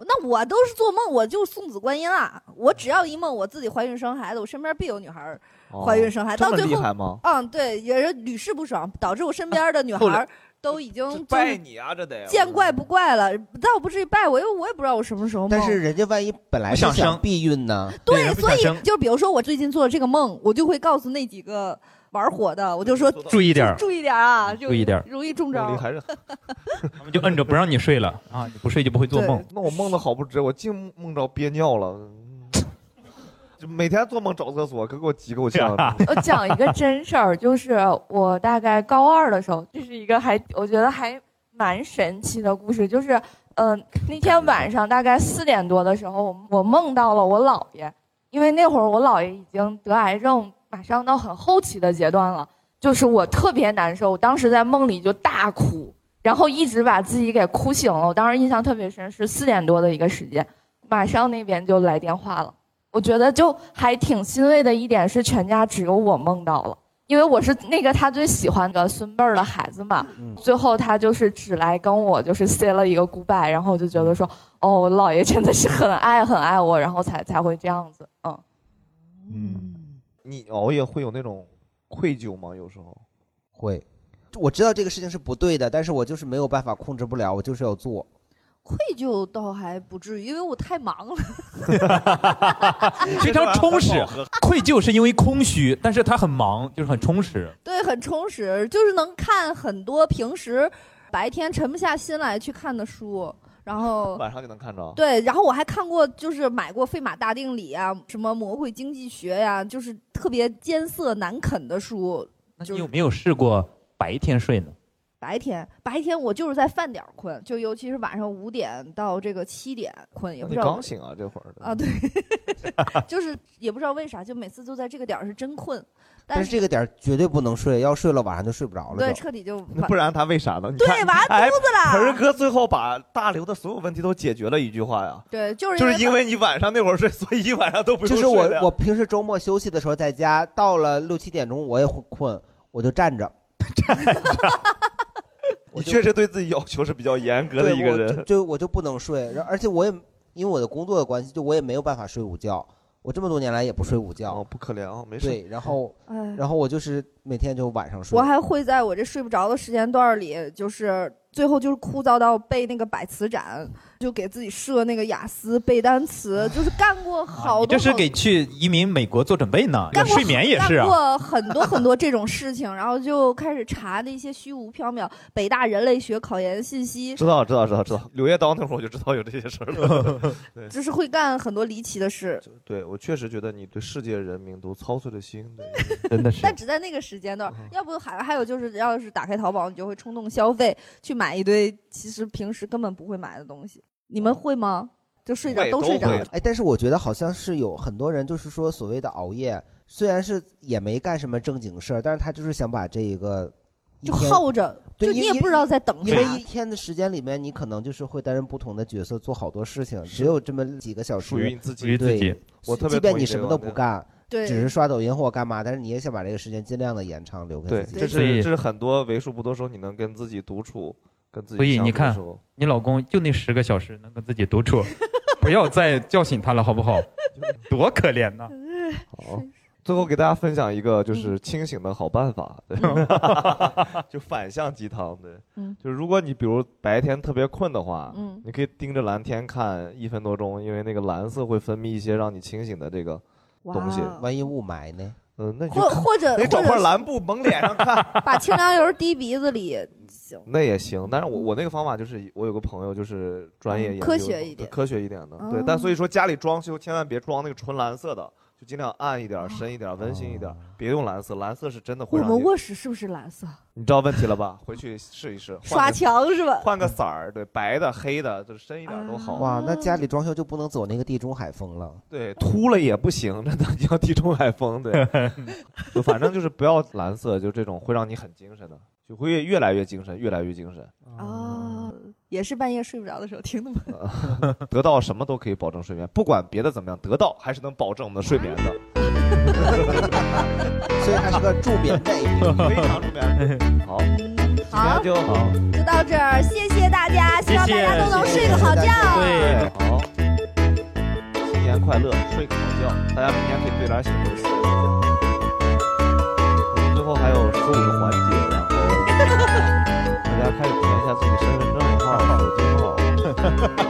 Speaker 4: 那我都是做梦，我就是送子观音啊！我只要一梦我自己怀孕生孩子，我身边必有女孩儿
Speaker 2: 哦
Speaker 4: 怀孕生孩子，
Speaker 2: 这
Speaker 4: 到
Speaker 2: 么
Speaker 4: 最
Speaker 2: 厉
Speaker 4: 后
Speaker 2: 害吗
Speaker 4: 嗯，对，也是屡试不爽，导致我身边的女孩
Speaker 2: 后
Speaker 4: 儿
Speaker 2: 来
Speaker 4: 都已经
Speaker 2: 拜
Speaker 4: 就是
Speaker 2: 你啊，这得
Speaker 4: 见怪不怪了，倒不至于拜我，因为我也不知道我什么时候梦。
Speaker 3: 但是人家万一本来是
Speaker 2: 不想
Speaker 3: 想
Speaker 2: 生
Speaker 3: 避孕呢？
Speaker 4: 对，所以就比如说我最近做了这个梦，我就会告诉那几个玩火的，我就说
Speaker 5: 注意点儿
Speaker 4: 注意点儿啊，就
Speaker 5: 注意点儿
Speaker 4: 容易中招。
Speaker 2: 还是
Speaker 5: 他们就摁着不让你睡 了啊，你不睡就不会做梦。
Speaker 2: 那我梦的好不值，我净梦着憋尿了， 就每天做梦找厕所，可给我急够 呛。
Speaker 8: 我讲一 个真事儿，就是我大概高二的时候，这是一个还我觉得还蛮神奇的故事，就是嗯、呃那天晚上大概四点多的时候，我我梦到了我姥爷，因为那会儿我姥爷已经得癌症马上到很后期的阶段了，就是我特别难受，我当时在梦里就大哭，然后一直把自己给哭醒了。我当时印象特别深，是四点多的一个时间，马上那边就来电话了。我觉得就还挺欣慰的一点是，全家只有我梦到了，因为我是那个他最喜欢的孙辈儿的孩子嘛。最后他就是只来跟我就是 say 了一个 goodbye，然后我就觉得说，哦，我姥爷真的是很爱很爱我，然后才才会这样子，嗯。
Speaker 4: 嗯
Speaker 2: 你熬夜会有那种愧疚吗？有时候
Speaker 3: 会，我知道这个事情是不对的，但是我就是没有办法控制不了，我就是要做。
Speaker 4: 愧疚倒还不至于，因为我太忙了。
Speaker 5: 非常充啊实。愧疚是因为空虚，但是他很忙，就是很充实。
Speaker 4: 对，很充实，就是能看很多平时白天沉不下心来去看的书，然后。
Speaker 2: 晚上就能看着。，啊
Speaker 4: 对，然后我还看过，就是买过《费马大定理》啊，什么《魔鬼经济学》呀，就是特别艰涩难啃的书。
Speaker 5: 你
Speaker 4: 就是
Speaker 5: 有没有试过白天睡呢？
Speaker 4: 白天，白天我就是在饭点儿困，就尤其是晚上五点到这个七点困，也
Speaker 2: 那你
Speaker 4: 不知道
Speaker 2: 刚醒啊，这会儿
Speaker 4: 啊，对， 就是也不知道为啥，就每次就在这个点儿是真困，
Speaker 3: 但是这个点儿绝对不能睡，要睡了晚上就睡不着了就。
Speaker 4: 对彻底就
Speaker 2: 那不然他为啥呢？你
Speaker 4: 对
Speaker 2: 看
Speaker 4: 完
Speaker 2: 哎
Speaker 4: 犊子了
Speaker 2: 盆儿哥最后把大刘的所有问题都解决了一句话呀，
Speaker 4: 对，就是
Speaker 2: 就是
Speaker 4: 因
Speaker 2: 因为你晚上那会儿睡，所以一晚上都不用
Speaker 3: 就是
Speaker 2: 睡
Speaker 3: 我
Speaker 2: 了呀
Speaker 3: 我平时周末休息的时候在家，到了六七点钟我也会困，我就站着。
Speaker 2: 你确实对自己要求是比较严格的一个
Speaker 3: 对我就
Speaker 2: 人。
Speaker 3: 就我就不能睡，然后而且我也因为我的工作的关系，就我也没有办法睡午觉。我这么多年来也不睡午觉，
Speaker 2: 哦不可怜，啊没
Speaker 3: 事。对，然后
Speaker 4: 哎，
Speaker 3: 然后我就是每天就晚上睡。
Speaker 4: 我还会在我这睡不着的时间段儿里，就是最后就是枯燥到背那个百词斩，就给自己设那个雅思背单词，就是干过好
Speaker 5: 啊你
Speaker 4: 多
Speaker 5: 这是
Speaker 4: 好
Speaker 5: 给去移民美国做准备呢，
Speaker 4: 干过
Speaker 5: 睡眠也是啊。
Speaker 4: 干过很多很多这种事情，然后就开始查那些虚无缥缈北大人类学考研信息，
Speaker 2: 知道知道知道知道，柳叶刀那会儿我就知道有这些事儿了。对
Speaker 4: 就是会干很多离奇的事，
Speaker 2: 对，我确实觉得你对世界人民都操碎了心的，
Speaker 5: 真的
Speaker 4: 但只在那个时间
Speaker 2: 嗯
Speaker 4: 段儿。要不还还有就是，要是打开淘宝，你就会冲动消费，去买一堆其实平时根本不会买的东西。你
Speaker 2: 嗯
Speaker 4: 们会吗？就睡着都睡着了。
Speaker 3: 哎，但是我觉得好像是有很多人就是说所谓的熬夜，虽然是也没干什么正经事儿，但是他就是想把这一个一
Speaker 4: 就
Speaker 3: 天
Speaker 4: 耗着，
Speaker 3: 对
Speaker 4: 就你
Speaker 3: 因
Speaker 4: 也
Speaker 3: 因
Speaker 4: 不知道在等
Speaker 3: 因为
Speaker 4: 啥
Speaker 3: 一。天的时间里面，你可能就是会担任不同的角色，做好多事情，只有这么几个小时，
Speaker 2: 属于你自己属
Speaker 3: 对
Speaker 2: 于自己我特别
Speaker 3: 即便
Speaker 2: 同意
Speaker 3: 你
Speaker 2: 这
Speaker 3: 什么
Speaker 2: 个
Speaker 3: 都
Speaker 2: 观
Speaker 3: 不
Speaker 2: 点
Speaker 3: 干，
Speaker 4: 对
Speaker 3: 只是刷抖音或干嘛，但是你也想把这个时间尽量的延长留给
Speaker 2: 对，
Speaker 3: 自己。
Speaker 2: 这是这是很多为数不多时候你能跟自己独处，跟自己
Speaker 5: 所以
Speaker 2: 相
Speaker 5: 你
Speaker 2: 处的
Speaker 5: 看
Speaker 2: 时候，
Speaker 5: 你老公就那十个小时能跟自己独处，不要再叫醒他了，好 不好？多可怜呐！
Speaker 2: 好，最后给大家分享一个
Speaker 4: 嗯
Speaker 2: 就是清醒的好办法，对，
Speaker 5: 嗯
Speaker 2: 就反向鸡汤，对，
Speaker 4: 嗯
Speaker 2: 就是如果你比如白天特别困的话，
Speaker 4: 嗯
Speaker 2: 你可以盯着蓝天看一分多钟，因为那个蓝色会分泌一些让你清醒的这个东西
Speaker 4: 哇哦。
Speaker 3: 万一雾霾呢？
Speaker 2: 嗯，那你就
Speaker 4: 或或者
Speaker 2: 得找
Speaker 4: 或者
Speaker 2: 块蓝布蒙脸上看，
Speaker 4: 把清凉油滴鼻 子里，行。
Speaker 2: 那也行。但是我我那个方法就是，我有个朋友就是专业研究
Speaker 4: 科学一
Speaker 2: 对
Speaker 4: 点
Speaker 2: 科学一点的，对
Speaker 4: 哦。
Speaker 2: 但所以说家里装修千万别装那个纯蓝色的，就尽量暗一
Speaker 4: 哦
Speaker 2: 点、深一
Speaker 3: 哦
Speaker 2: 点、温馨一点，别用蓝色，蓝色是真的
Speaker 4: 我
Speaker 2: 会让
Speaker 4: 们
Speaker 2: 你。啊
Speaker 4: 卧室是不是蓝色？
Speaker 2: 你知道问题了吧？回去试一试，换个
Speaker 4: 刷墙是吧？啊
Speaker 2: 换个色儿，对，白的、黑的，就是深一点都
Speaker 4: 嗯
Speaker 2: 好。
Speaker 3: 哇，那家里装修就不能走那个地中海风了。
Speaker 2: 对，秃了也不行， 真的你要地中海风，对，就反正就是不要蓝色，就这种会让你很精神的，就会越来越精神，越来越精神。
Speaker 4: 哦，也是半夜睡不着的时候听的吗？
Speaker 2: 啊得到什么都可以保证睡眠，不管别的怎么样，得到还是能保证我们的睡眠的。
Speaker 3: 所以它是个助眠的 APP，
Speaker 2: 非常助眠。好，
Speaker 4: 好，
Speaker 2: 今天就好，
Speaker 4: 就到这儿，谢谢大家，希望大家都能
Speaker 2: 谢谢
Speaker 4: 睡个好觉。
Speaker 2: 对，好，新年快乐，睡个好觉，大家明天可以对点醒就行。我们最后还有十五个环节，然后大家开始填一下自己身份证号、手机号。